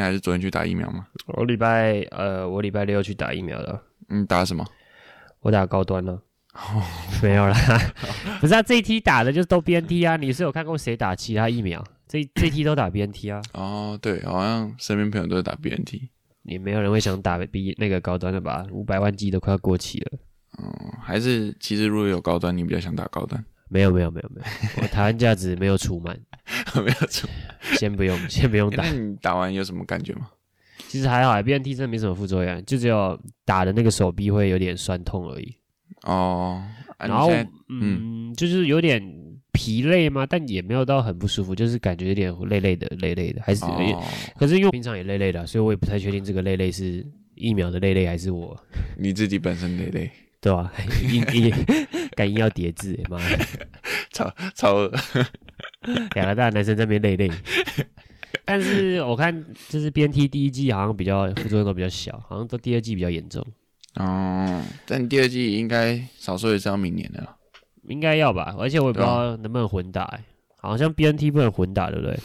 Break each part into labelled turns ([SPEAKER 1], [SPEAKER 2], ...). [SPEAKER 1] 还是昨天去打疫苗吗？
[SPEAKER 2] 我礼拜呃，我礼拜六去打疫苗了，
[SPEAKER 1] 你打什么？
[SPEAKER 2] 我打高端了。没有啦，不是啊，这一批打的就是都 BNT 啊。你是有看过谁打其他疫苗？这这一批都打 BNT 啊，
[SPEAKER 1] 哦，对，好像身边朋友都是打 BNT，
[SPEAKER 2] 也没有人会想打 B 那个高端的吧？五百万剂都快要过期了。
[SPEAKER 1] 嗯还是其实如果有高端，你比较想打高端，
[SPEAKER 2] 没有没有没有没有，我台湾价值没有除满，
[SPEAKER 1] 没有错。
[SPEAKER 2] 先不用先不用
[SPEAKER 1] 欸
[SPEAKER 2] 打
[SPEAKER 1] 那。你打完有什么感觉吗？
[SPEAKER 2] 其实还好，BNT 真的没什么副作用，就只有打的那个手臂会有点酸痛而已。
[SPEAKER 1] 哦，啊、
[SPEAKER 2] 然后
[SPEAKER 1] 你现在
[SPEAKER 2] 嗯，就是有点疲累嘛，但也没有到很不舒服，就是感觉有点累累的累累的，还是、
[SPEAKER 1] 哦，
[SPEAKER 2] 可是因为平常也累累的啊，所以我也不太确定这个累累是疫苗的累累还是我，
[SPEAKER 1] 你自己本身累累，
[SPEAKER 2] 对吧、 硬硬感应要叠字，妈的，
[SPEAKER 1] 超超饿。
[SPEAKER 2] 两个大男生在那边累累。但是我看就是 BNT 第一季好像比较副作用都比较小，好像到第二季比较严重，
[SPEAKER 1] 哦，但第二季应该少说也是要明年的了。
[SPEAKER 2] 应该要吧？而且我也不知
[SPEAKER 1] 啊
[SPEAKER 2] 道能不能混打、欸，好像 BNT 不能混打，对不对？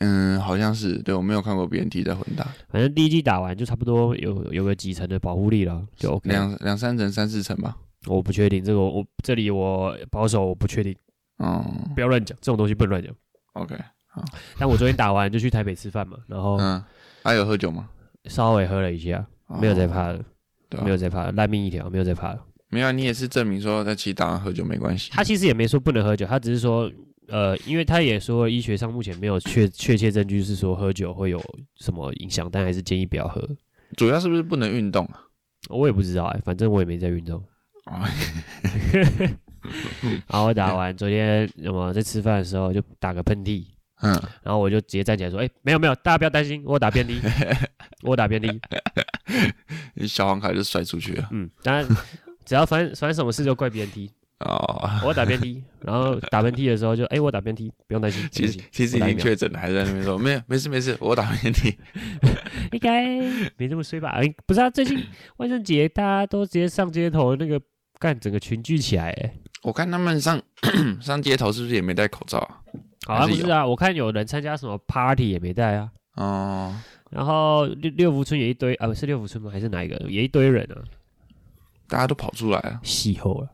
[SPEAKER 1] 嗯，好像是，对我没有看过 BNT 在混打，
[SPEAKER 2] 反正第一季打完就差不多有有个几层的保护力了，就 OK。
[SPEAKER 1] 两两三层、三四层吧。
[SPEAKER 2] 我不确定这个我，我这里我保守我不确定，
[SPEAKER 1] 哦
[SPEAKER 2] 不要乱讲，这种东西不能乱讲。
[SPEAKER 1] ，OK，
[SPEAKER 2] 但我昨天打完就去台北吃饭嘛，然后
[SPEAKER 1] 嗯，还、有喝酒吗？
[SPEAKER 2] 稍微喝了一下，
[SPEAKER 1] 哦
[SPEAKER 2] 没有在，怕了，
[SPEAKER 1] 对啊
[SPEAKER 2] 没有在怕了，烂命一条，没有在怕了。
[SPEAKER 1] 没有啊，你也是证明说，那其实打完喝酒没关系。
[SPEAKER 2] 他其实也没说不能喝酒，他只是说，呃，因为他也说医学上目前没有确确切证据是说喝酒会有什么影响，但还是建议不要喝。
[SPEAKER 1] 主要是不是不能运动啊？
[SPEAKER 2] 我也不知道哎、反正我也没在运动。
[SPEAKER 1] 哦
[SPEAKER 2] 然后我打完，昨天什么在吃饭的时候就打个喷嚏，
[SPEAKER 1] 嗯，
[SPEAKER 2] 然后我就直接站起来说：“哎、没有没有，大家不要担心，我 有打遍地，我有打遍地。
[SPEAKER 1] 嗯小黄卡就甩出去了。
[SPEAKER 2] 嗯，当然只要反正反正什么事就怪别人踢，
[SPEAKER 1] 哦，
[SPEAKER 2] 我有打遍地。然后打喷嚏的时候就哎、我打遍地，不用担心。
[SPEAKER 1] 其实其实已
[SPEAKER 2] 我打疫
[SPEAKER 1] 经
[SPEAKER 2] 苗
[SPEAKER 1] 确诊了，还在那边 说没有，没事没事，我打喷嚏。
[SPEAKER 2] 应该没这么衰吧？哎不是 啊，最近万圣节大家都直接上街头，那个干整个群聚起来、哎
[SPEAKER 1] 我看他们上 上街头是不是也没戴口罩啊？
[SPEAKER 2] 好像、
[SPEAKER 1] 还
[SPEAKER 2] 不
[SPEAKER 1] 是
[SPEAKER 2] 是啊，我看有人参加什么 party 也没带啊。
[SPEAKER 1] 哦，
[SPEAKER 2] 然后六六福村也一堆啊，不是六福村吗？还是哪一个？也一堆人啊，
[SPEAKER 1] 大家都跑出来了，
[SPEAKER 2] 戏后了。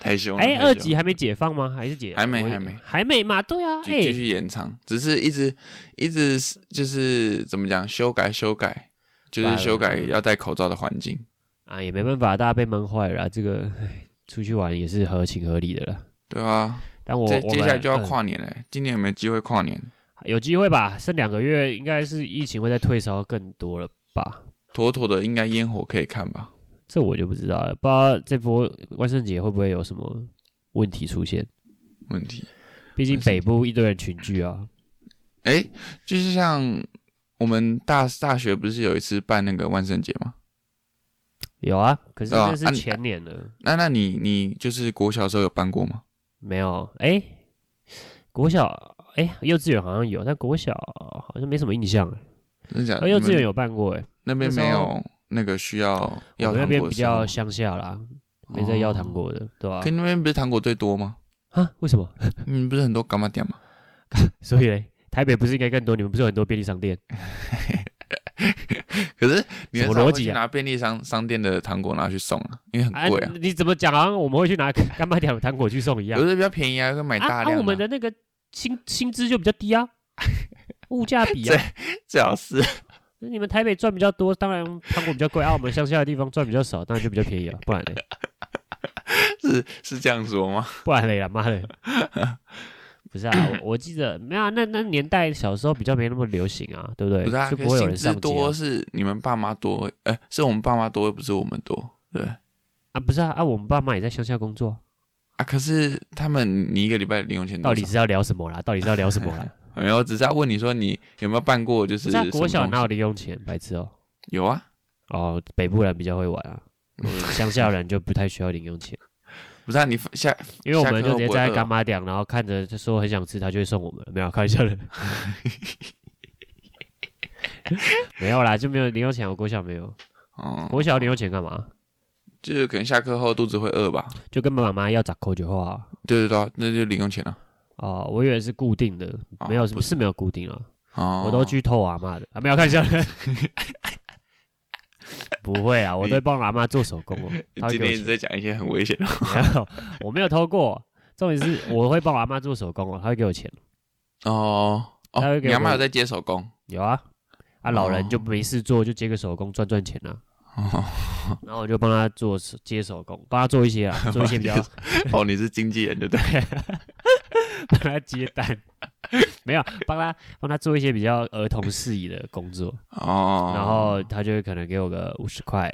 [SPEAKER 1] 太凶了。
[SPEAKER 2] 哎，
[SPEAKER 1] 太凶
[SPEAKER 2] 二级还没解放吗？还是解？
[SPEAKER 1] 还没
[SPEAKER 2] 我
[SPEAKER 1] 还没
[SPEAKER 2] 还没嘛？对啊，
[SPEAKER 1] 继继
[SPEAKER 2] 哎，
[SPEAKER 1] 续延长，只是一直一直就是怎么讲，修改修改，就
[SPEAKER 2] 罢
[SPEAKER 1] 是
[SPEAKER 2] 了
[SPEAKER 1] 修改要戴口罩的环境。
[SPEAKER 2] 啊也没办法，大家被闷坏了啊，这个 唉出去玩也是合情合理的了。
[SPEAKER 1] 对啊，
[SPEAKER 2] 但我
[SPEAKER 1] 接
[SPEAKER 2] 我们
[SPEAKER 1] 接下来就要
[SPEAKER 2] 嗯
[SPEAKER 1] 跨年了、今年有没有机会跨年？
[SPEAKER 2] 有机会吧？剩两个月，应该是疫情会再退烧更多了吧？
[SPEAKER 1] 妥妥的应该烟火可以看吧？
[SPEAKER 2] 这我就不知道了，不知道这波万圣节会不会有什么问题出现？
[SPEAKER 1] 问题，
[SPEAKER 2] 毕竟
[SPEAKER 1] 万圣节
[SPEAKER 2] 北部一堆人群聚啊，
[SPEAKER 1] 哎、就是像我们大大学不是有一次办那个万圣节吗？
[SPEAKER 2] 有啊，可是
[SPEAKER 1] 对啊
[SPEAKER 2] 那是
[SPEAKER 1] 啊你
[SPEAKER 2] 前年了，
[SPEAKER 1] 那那你你就是国小的时候有办过吗？
[SPEAKER 2] 没有。哎，国小哎，幼稚园好像有，但国小好像没什么印象。
[SPEAKER 1] 真的假
[SPEAKER 2] 而
[SPEAKER 1] 的？
[SPEAKER 2] 哦幼稚
[SPEAKER 1] 呃你
[SPEAKER 2] 园
[SPEAKER 1] 们
[SPEAKER 2] 有办过哎，
[SPEAKER 1] 那边
[SPEAKER 2] 那
[SPEAKER 1] 没
[SPEAKER 2] 时候
[SPEAKER 1] 有那个需要
[SPEAKER 2] 我
[SPEAKER 1] 要
[SPEAKER 2] 们那
[SPEAKER 1] 糖
[SPEAKER 2] 边
[SPEAKER 1] 果
[SPEAKER 2] 比
[SPEAKER 1] 的时候哦
[SPEAKER 2] 较乡下啦，没在要糖果的，啊对吧
[SPEAKER 1] 可？你那边不是糖果最多吗？
[SPEAKER 2] 啊，为什么？
[SPEAKER 1] 你们不是很多干妈店吗？
[SPEAKER 2] 所以嘞，台北不是应该更多？你们不是有很多便利商店？
[SPEAKER 1] 可是你
[SPEAKER 2] 什
[SPEAKER 1] 很
[SPEAKER 2] 么
[SPEAKER 1] 少
[SPEAKER 2] 逻
[SPEAKER 1] 会
[SPEAKER 2] 辑
[SPEAKER 1] 去
[SPEAKER 2] 啊
[SPEAKER 1] 拿便利商商店的糖果拿去送啊，因为很贵啊。
[SPEAKER 2] 你你怎么讲？好像我们会去拿干妈点糖果去送一样
[SPEAKER 1] 有。的比较便宜啊，会买大
[SPEAKER 2] 啊
[SPEAKER 1] 量、
[SPEAKER 2] 啊，我们的那个薪薪资就比较低啊，物价 比啊
[SPEAKER 1] 这。 最好是
[SPEAKER 2] 你们台北赚比较多，当然糖果比较贵；啊，我们乡下的地方赚比较少，当然就比较便宜啊。不然嘞，
[SPEAKER 1] 是是这样说吗？
[SPEAKER 2] 不然嘞啊，妈 的！不是啊，我我记得没有、啊，那那年代小时候比较没那么流行啊，对不对？
[SPEAKER 1] 不是啊，
[SPEAKER 2] 就
[SPEAKER 1] 可是
[SPEAKER 2] 不会有
[SPEAKER 1] 薪
[SPEAKER 2] 人
[SPEAKER 1] 资
[SPEAKER 2] 上街啊
[SPEAKER 1] 多是你们爸妈多，呃，是我们爸妈多，又不是我们多，对
[SPEAKER 2] 啊不是啊啊，我们爸妈也在乡下工作，
[SPEAKER 1] 啊。可是他们，你一个礼拜零用钱
[SPEAKER 2] 到
[SPEAKER 1] 多
[SPEAKER 2] 底
[SPEAKER 1] 少？
[SPEAKER 2] 是要聊什么啦？到底是要聊什么啦？
[SPEAKER 1] 没有，只是要问你说你有没有办过，就
[SPEAKER 2] 不
[SPEAKER 1] 是
[SPEAKER 2] 是啊，
[SPEAKER 1] 什么
[SPEAKER 2] 国小
[SPEAKER 1] 东西
[SPEAKER 2] 哪有零用钱，白痴哦、
[SPEAKER 1] 有啊，
[SPEAKER 2] 哦，北部人比较会玩啊，
[SPEAKER 1] 嗯
[SPEAKER 2] 我们 乡下人就不太需要零用钱，
[SPEAKER 1] 不是啊，你下
[SPEAKER 2] 因为我
[SPEAKER 1] 下
[SPEAKER 2] 们
[SPEAKER 1] 课
[SPEAKER 2] 就
[SPEAKER 1] 后
[SPEAKER 2] 直接
[SPEAKER 1] 不会
[SPEAKER 2] 在
[SPEAKER 1] 饿
[SPEAKER 2] 干妈店，然后看着他说很想吃，他就会送我们。没有，啊开玩 笑的。没有啦，就没有零用钱。我国小没有，
[SPEAKER 1] 哦，
[SPEAKER 2] 国小零用钱干嘛？
[SPEAKER 1] 就是可能下课后肚子会饿吧？
[SPEAKER 2] 就跟妈妈要找扣就好啊。
[SPEAKER 1] 对对对啊，那就零用钱了。
[SPEAKER 2] 哦，我以为是固定的，
[SPEAKER 1] 哦
[SPEAKER 2] 没有
[SPEAKER 1] 不是
[SPEAKER 2] 是没有固定了，
[SPEAKER 1] 哦，
[SPEAKER 2] 我都去偷我阿妈的啊，没有看笑 的。不会啊，我都会帮我阿妈做手工哦。她会
[SPEAKER 1] 今
[SPEAKER 2] 给我
[SPEAKER 1] 天一
[SPEAKER 2] 钱
[SPEAKER 1] 直在讲一些很危险的话
[SPEAKER 2] 没有，我没有偷过。重点是我会帮我阿妈做手工哦，她会给我钱。
[SPEAKER 1] 哦
[SPEAKER 2] 他
[SPEAKER 1] 哦
[SPEAKER 2] 会，给
[SPEAKER 1] 你阿
[SPEAKER 2] 我
[SPEAKER 1] 妈有
[SPEAKER 2] 们
[SPEAKER 1] 在接手工
[SPEAKER 2] 有啊，啊老人
[SPEAKER 1] 哦
[SPEAKER 2] 就没事做，就接个手工赚赚钱啊。
[SPEAKER 1] 哦
[SPEAKER 2] 然后我就帮他做手接手工，帮他做一些 啊，做一些比较
[SPEAKER 1] 哦，你是经纪人对不对？
[SPEAKER 2] 帮他接单， 没有帮他帮他做一些比较儿童适宜的工作，
[SPEAKER 1] 哦，
[SPEAKER 2] 然后他就会可能给我个五十块，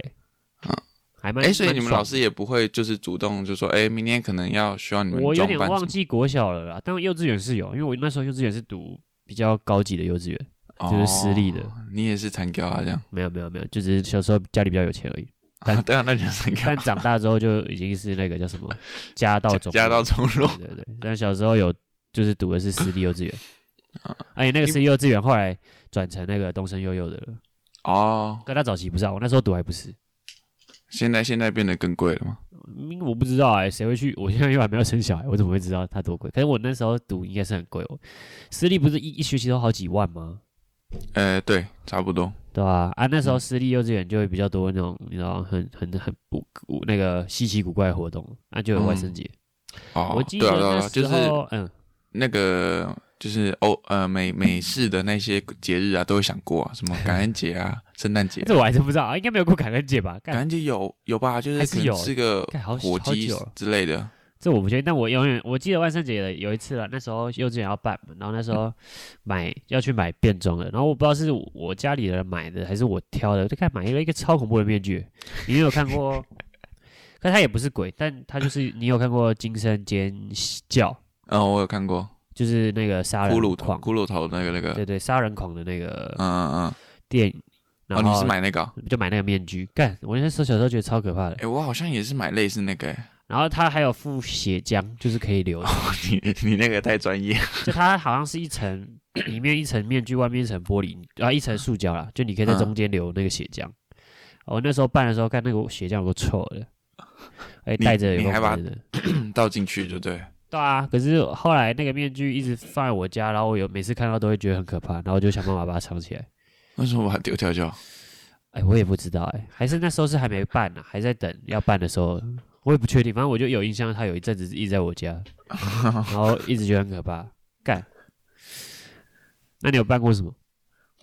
[SPEAKER 1] 嗯
[SPEAKER 2] 还蛮
[SPEAKER 1] 哎、所以你们老师
[SPEAKER 2] 也
[SPEAKER 1] 也不会就是主动就说，哎、明天可能要需要你们
[SPEAKER 2] 我有
[SPEAKER 1] 装
[SPEAKER 2] 点
[SPEAKER 1] 扮什
[SPEAKER 2] 忘
[SPEAKER 1] 么
[SPEAKER 2] 记国小了啦，但幼稚园是有，因为我那时候幼稚园是读比较高级的幼稚园，就是私立的
[SPEAKER 1] 哦你也是残教啊这样？
[SPEAKER 2] 没有没有没有，就只是小时候家里比较有钱 而已，但
[SPEAKER 1] 对啊，那就是残
[SPEAKER 2] 但
[SPEAKER 1] 教，
[SPEAKER 2] 长大之后就已经是那个叫什 么家道中
[SPEAKER 1] 家道中落。
[SPEAKER 2] 对对对，但小时候有就是读的是私立幼稚园，
[SPEAKER 1] 啊
[SPEAKER 2] 而且那个私立幼稚园后来转成那个东升幼幼的了。
[SPEAKER 1] 哦，
[SPEAKER 2] 可他早期不是啊，我那时候读还不是，
[SPEAKER 1] 现在现在变得更贵了吗？
[SPEAKER 2] 嗯我不知道哎、谁会去？我现在又还没有生小孩，我怎么会知道它多贵？可是我那时候读应该是很贵哦，私立不是一一学期都好几万吗？
[SPEAKER 1] 呃，对，差不多。
[SPEAKER 2] 对吧、啊？那
[SPEAKER 1] 嗯
[SPEAKER 2] 时候私立幼稚园就会比较多那种，你知道，很很很不不那个稀奇古怪的活动，那、就有万圣节。
[SPEAKER 1] 哦
[SPEAKER 2] 我，记
[SPEAKER 1] 对
[SPEAKER 2] 得
[SPEAKER 1] 啊，对
[SPEAKER 2] 那
[SPEAKER 1] 啊，就
[SPEAKER 2] 时
[SPEAKER 1] 是
[SPEAKER 2] 候，嗯，
[SPEAKER 1] 那个就是欧呃美美式的那些节日啊，都有想过啊，什么感恩节 啊、圣诞节啊、
[SPEAKER 2] 这我还真不知道啊，应该没有过感恩节吧？
[SPEAKER 1] 感
[SPEAKER 2] 感
[SPEAKER 1] 恩节有有吧？就是
[SPEAKER 2] 还是
[SPEAKER 1] 可能
[SPEAKER 2] 有
[SPEAKER 1] 吃个
[SPEAKER 2] 干好
[SPEAKER 1] 火
[SPEAKER 2] 好
[SPEAKER 1] 鸡
[SPEAKER 2] 久哦了
[SPEAKER 1] 之类的。
[SPEAKER 2] 这我不确定，但我永远我记得万圣节的有一次了，那时候幼稚园要办嘛，然后那时
[SPEAKER 1] 嗯
[SPEAKER 2] 候买要去买变装的，然后我不知道是我家里人买的还是我挑的，就看买了一个超恐怖的面具，你有看 过？可它也不是鬼，但它就是你有看过《惊声尖叫》，
[SPEAKER 1] 嗯，我有看过
[SPEAKER 2] 就是那个杀
[SPEAKER 1] 骷
[SPEAKER 2] 人
[SPEAKER 1] 髅头，
[SPEAKER 2] 狂，
[SPEAKER 1] 骷髅头那个那个，
[SPEAKER 2] 对对，杀人狂的那个
[SPEAKER 1] 嗯嗯
[SPEAKER 2] 电影，
[SPEAKER 1] 嗯。哦，
[SPEAKER 2] 然后
[SPEAKER 1] 你是买那个啊？
[SPEAKER 2] 就买那个面具，干，我那时候小时候觉得超可怕的
[SPEAKER 1] 哎、，我好像也是买类似那个、欸。
[SPEAKER 2] 然后它还有附血浆，就是可以流的。
[SPEAKER 1] 你你那个太专业。
[SPEAKER 2] 就它好像是一层，里面一层面具，外面一层玻璃，然后一层塑胶啦，就你可以在
[SPEAKER 1] 嗯
[SPEAKER 2] 中间留那个血浆。我、那时候办的时候，看那个血浆有个臭的，哎、
[SPEAKER 1] 你
[SPEAKER 2] 带着有
[SPEAKER 1] 你
[SPEAKER 2] 个
[SPEAKER 1] 还把
[SPEAKER 2] 的。
[SPEAKER 1] 倒进去就对。
[SPEAKER 2] 对啊，可是后来那个面具一直放在我家，然后我有每次看到都会觉得很可怕，然后我就想办法把它藏起来。
[SPEAKER 1] 为什么把它丢掉就好？
[SPEAKER 2] 哎、我也不知道哎、还是那时候是还没办呢、还在等要办的时候，我也不确定。反正我就有印象，它有一阵子一直在 我家，然后一直觉得很可怕。干，那你有办过什么？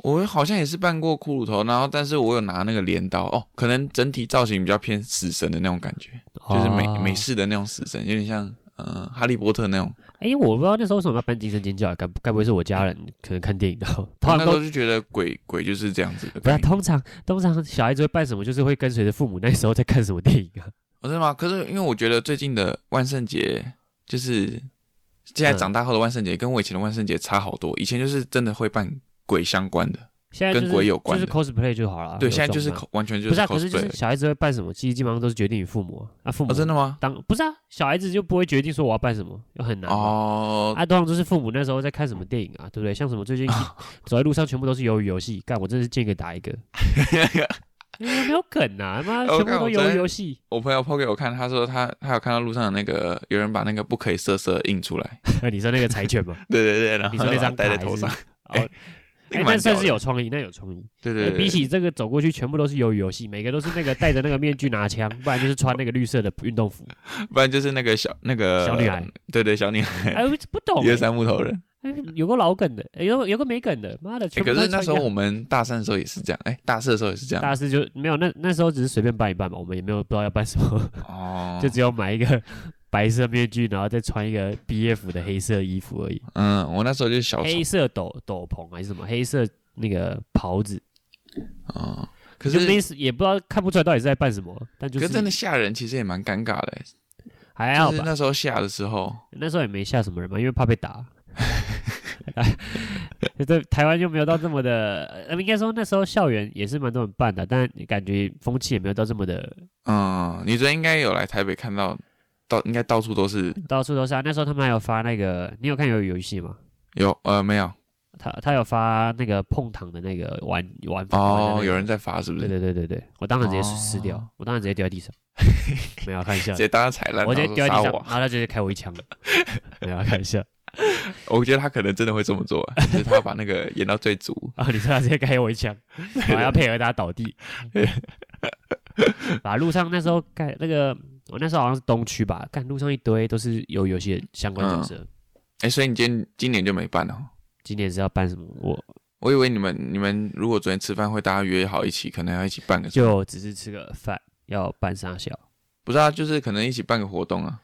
[SPEAKER 1] 我好像也是扮过骷髅头，然后但是我有拿那个镰刀哦，可能整体造型比较偏死神的那种感觉，就是美、
[SPEAKER 2] 哦
[SPEAKER 1] 美式的那种死神，有点像呃哈利波特那种。
[SPEAKER 2] 哎、我不知道那时候为什么要办惊声尖叫，该该不会是我家人 可能看电影的，
[SPEAKER 1] 我
[SPEAKER 2] 通
[SPEAKER 1] 那
[SPEAKER 2] 常
[SPEAKER 1] 时候
[SPEAKER 2] 都
[SPEAKER 1] 就觉得鬼鬼就是这样子的
[SPEAKER 2] 不是
[SPEAKER 1] 概念。
[SPEAKER 2] 通常通常小孩子会办什么，就是会跟随着父母那时候在看什么电影啊。
[SPEAKER 1] 哦，真的吗？可是因为我觉得最近的万圣节就是现在
[SPEAKER 2] 嗯
[SPEAKER 1] 长大后的万圣节，跟我以前的万圣节差好多。以前就是真的会扮鬼相关的，
[SPEAKER 2] 现在、就是、
[SPEAKER 1] 跟鬼有关
[SPEAKER 2] 就
[SPEAKER 1] 的
[SPEAKER 2] 是 cosplay 就好了。
[SPEAKER 1] 对，
[SPEAKER 2] 啊有
[SPEAKER 1] 现在就
[SPEAKER 2] 装
[SPEAKER 1] 是
[SPEAKER 2] 扮
[SPEAKER 1] co- 完全就
[SPEAKER 2] 不
[SPEAKER 1] 是 cosplay
[SPEAKER 2] 是啊？可是就是小孩子会办什么，其实基本上都是决定你父母啊啊，父母、
[SPEAKER 1] 哦，真的吗？
[SPEAKER 2] 当不是啊，小孩子就不会决定说我要办什么，又很难嘛。
[SPEAKER 1] 哦，
[SPEAKER 2] 啊，通常就是父母那时候在看什么电影啊，对不对？像什么 最近走在路上全部都是鱿鱼游戏，干我真是见一个打 一个，
[SPEAKER 1] 哦
[SPEAKER 2] 没有梗啊，妈
[SPEAKER 1] 我
[SPEAKER 2] 全部
[SPEAKER 1] 看
[SPEAKER 2] 都
[SPEAKER 1] 哦我昨
[SPEAKER 2] 鱿
[SPEAKER 1] 天
[SPEAKER 2] 鱼游戏，
[SPEAKER 1] 我朋友抛给我看，他说他他有看到路上的那个有人把那个不可以色色印出来，
[SPEAKER 2] 哎你说那个柴犬吗？
[SPEAKER 1] 对对对， 然后
[SPEAKER 2] 你说那张
[SPEAKER 1] 把它戴在
[SPEAKER 2] 卡
[SPEAKER 1] 头
[SPEAKER 2] 还是
[SPEAKER 1] 上，
[SPEAKER 2] 哦，
[SPEAKER 1] 那个
[SPEAKER 2] 哎、那
[SPEAKER 1] 蛮屌
[SPEAKER 2] 算
[SPEAKER 1] 的
[SPEAKER 2] 是有，创意，那有创意。哎
[SPEAKER 1] 对对对，
[SPEAKER 2] 比起这个走过去全部都是鱿鱼游戏，每个都是那个戴着那个面具拿枪，不然就是穿那个绿色的运动服。
[SPEAKER 1] 不然就是那个小那个
[SPEAKER 2] 小女孩，
[SPEAKER 1] 对对小女孩，
[SPEAKER 2] 哎，我不懂、
[SPEAKER 1] 一二
[SPEAKER 2] 欸，
[SPEAKER 1] 三木头人。
[SPEAKER 2] 哎有个老梗的，哎有有个没梗的，妈的，
[SPEAKER 1] 哎
[SPEAKER 2] 全部
[SPEAKER 1] 可
[SPEAKER 2] 都
[SPEAKER 1] 是
[SPEAKER 2] 穿
[SPEAKER 1] 那时候
[SPEAKER 2] 一样
[SPEAKER 1] 我们大三的时候也是这样，哎，大四的时候也是这样
[SPEAKER 2] 大四就没有，那那时候只是随便办一办嘛，我们也没有不知道要办什么，
[SPEAKER 1] 哦，
[SPEAKER 2] 就只有买一个白色面具，然后再穿一个毕业服的黑色衣服而已，
[SPEAKER 1] 嗯，我那时候就是小丑
[SPEAKER 2] 黑，色斗斗篷还是什么黑色那个袍子，
[SPEAKER 1] 嗯，可
[SPEAKER 2] 就是没也不知道看不出来到底是在办什么，但就
[SPEAKER 1] 可
[SPEAKER 2] 是
[SPEAKER 1] 是真的吓人，其实也蛮尴尬的，
[SPEAKER 2] 还
[SPEAKER 1] 哎
[SPEAKER 2] 好
[SPEAKER 1] 就是
[SPEAKER 2] 吧。
[SPEAKER 1] 那时候吓的时候，
[SPEAKER 2] 那时候也没吓什么人嘛，因为怕被打。 对，台湾就没有到这么的，呃，应该说那时候校园也是蛮多人办的，但感觉风气也没有到这么的，
[SPEAKER 1] 嗯，你昨天应该有来台北看到，到应该到处都是
[SPEAKER 2] 到处都是啊。那时候他们还有发那个，你有看有游戏吗？
[SPEAKER 1] 有呃没有
[SPEAKER 2] 他他有发那个碰糖的那个玩玩法玩的那
[SPEAKER 1] 哦，
[SPEAKER 2] 个
[SPEAKER 1] 有人在罚是不
[SPEAKER 2] 对
[SPEAKER 1] 是？
[SPEAKER 2] 对对对对，我当场直接
[SPEAKER 1] 哦
[SPEAKER 2] 撕掉，我当场直接丢 在地上，没有开玩笑
[SPEAKER 1] 直，接当他踩烂，
[SPEAKER 2] 我直接
[SPEAKER 1] 然后
[SPEAKER 2] 丢在地
[SPEAKER 1] 杀
[SPEAKER 2] 上，然
[SPEAKER 1] 我
[SPEAKER 2] 后他直接开我一枪，没有开玩笑。
[SPEAKER 1] 我觉得他可能真的会这么做，啊就是他把那个演到最足。
[SPEAKER 2] 啊！你知道直接开我一 枪，我还要配合他倒地。把路上那时候盖那个，我那时候好像是东区吧，干路上一堆都是有游戏的相关角色。
[SPEAKER 1] 哎、所以你今天今年就没办哦？
[SPEAKER 2] 今年是要办什么？我
[SPEAKER 1] 我以为你们你们如果昨天吃饭会大家约好一起，可能要一起办个什么，
[SPEAKER 2] 就只是吃个饭，要办啥小？
[SPEAKER 1] 不是啊，就是可能一起办个活动啊。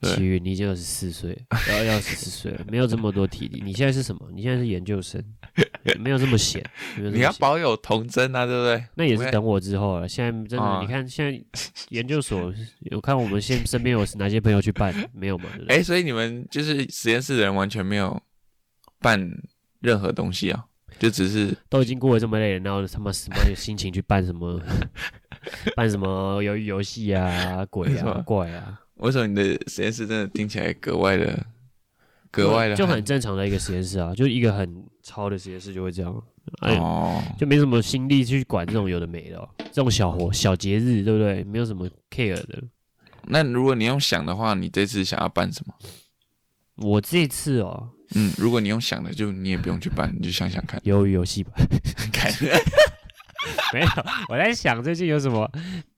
[SPEAKER 1] 对
[SPEAKER 2] 其余你已经二十四岁了，要要十四岁了，没有这么多体力。你现在是什么？你现在是研 究生，没有这么闲。没有这么
[SPEAKER 1] 你要
[SPEAKER 2] 闲
[SPEAKER 1] 保有童真啊，对不对？
[SPEAKER 2] 那也
[SPEAKER 1] 我
[SPEAKER 2] 是
[SPEAKER 1] 也
[SPEAKER 2] 等我之后了。现在真的，
[SPEAKER 1] 啊
[SPEAKER 2] 你看现在研究所，有看我们现身边有哪些朋友去办？没有嘛？对不对
[SPEAKER 1] 哎、所以你们就是实验室的人完全没有办任何东西啊，就只是
[SPEAKER 2] 都已经过得这么累了，然后他妈什么有心情去办什么 办什么游游 戏啊、鬼
[SPEAKER 1] 没错
[SPEAKER 2] 啊、怪啊，
[SPEAKER 1] 为什么你的实验室真的听起来格外的格外的
[SPEAKER 2] 就很正常的一个实验室啊，就一个很超的实验室就会这样，哎，
[SPEAKER 1] 哦，
[SPEAKER 2] 就没什么心力去管这种有的没的哦、这种小活小节日，对不对？没有什么 care 的。
[SPEAKER 1] 那如果你用想的话，你这次想要办什么？
[SPEAKER 2] 我这次哦，。
[SPEAKER 1] 嗯，如果你用想的，就你也不用去办，你就想想看
[SPEAKER 2] 鱿鱼游戏吧，
[SPEAKER 1] 看，
[SPEAKER 2] 没有，我在想最近有什么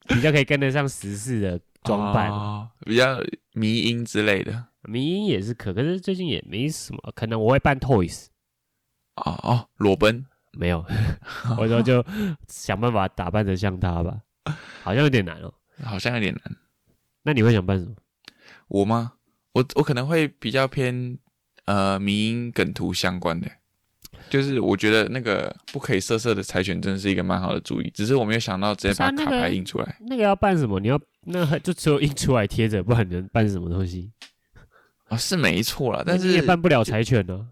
[SPEAKER 2] 比较可以跟得上时事的装扮。
[SPEAKER 1] 哦比较迷音之类的
[SPEAKER 2] 迷音也是可，可是最近也没什么，可能我会办 Toys，
[SPEAKER 1] 哦哦，裸奔
[SPEAKER 2] 没 有，我说就想办法打扮得像他吧，好像有点难哦。
[SPEAKER 1] 好像有点难。
[SPEAKER 2] 那你会想办什么？
[SPEAKER 1] 我吗？我我可能会比较偏呃迷音梗图相关的，就是我觉得那个不可以色色的柴犬真的是一个蛮好的主意，只是我没有想到直接把
[SPEAKER 2] 不是啊
[SPEAKER 1] 卡
[SPEAKER 2] 那个
[SPEAKER 1] 牌印出来。
[SPEAKER 2] 那个要办什么？你要那就只有印出来贴着，不然能办什么东西？
[SPEAKER 1] 哦，是没错啦，但
[SPEAKER 2] 你也
[SPEAKER 1] 是
[SPEAKER 2] 办不了柴犬呢、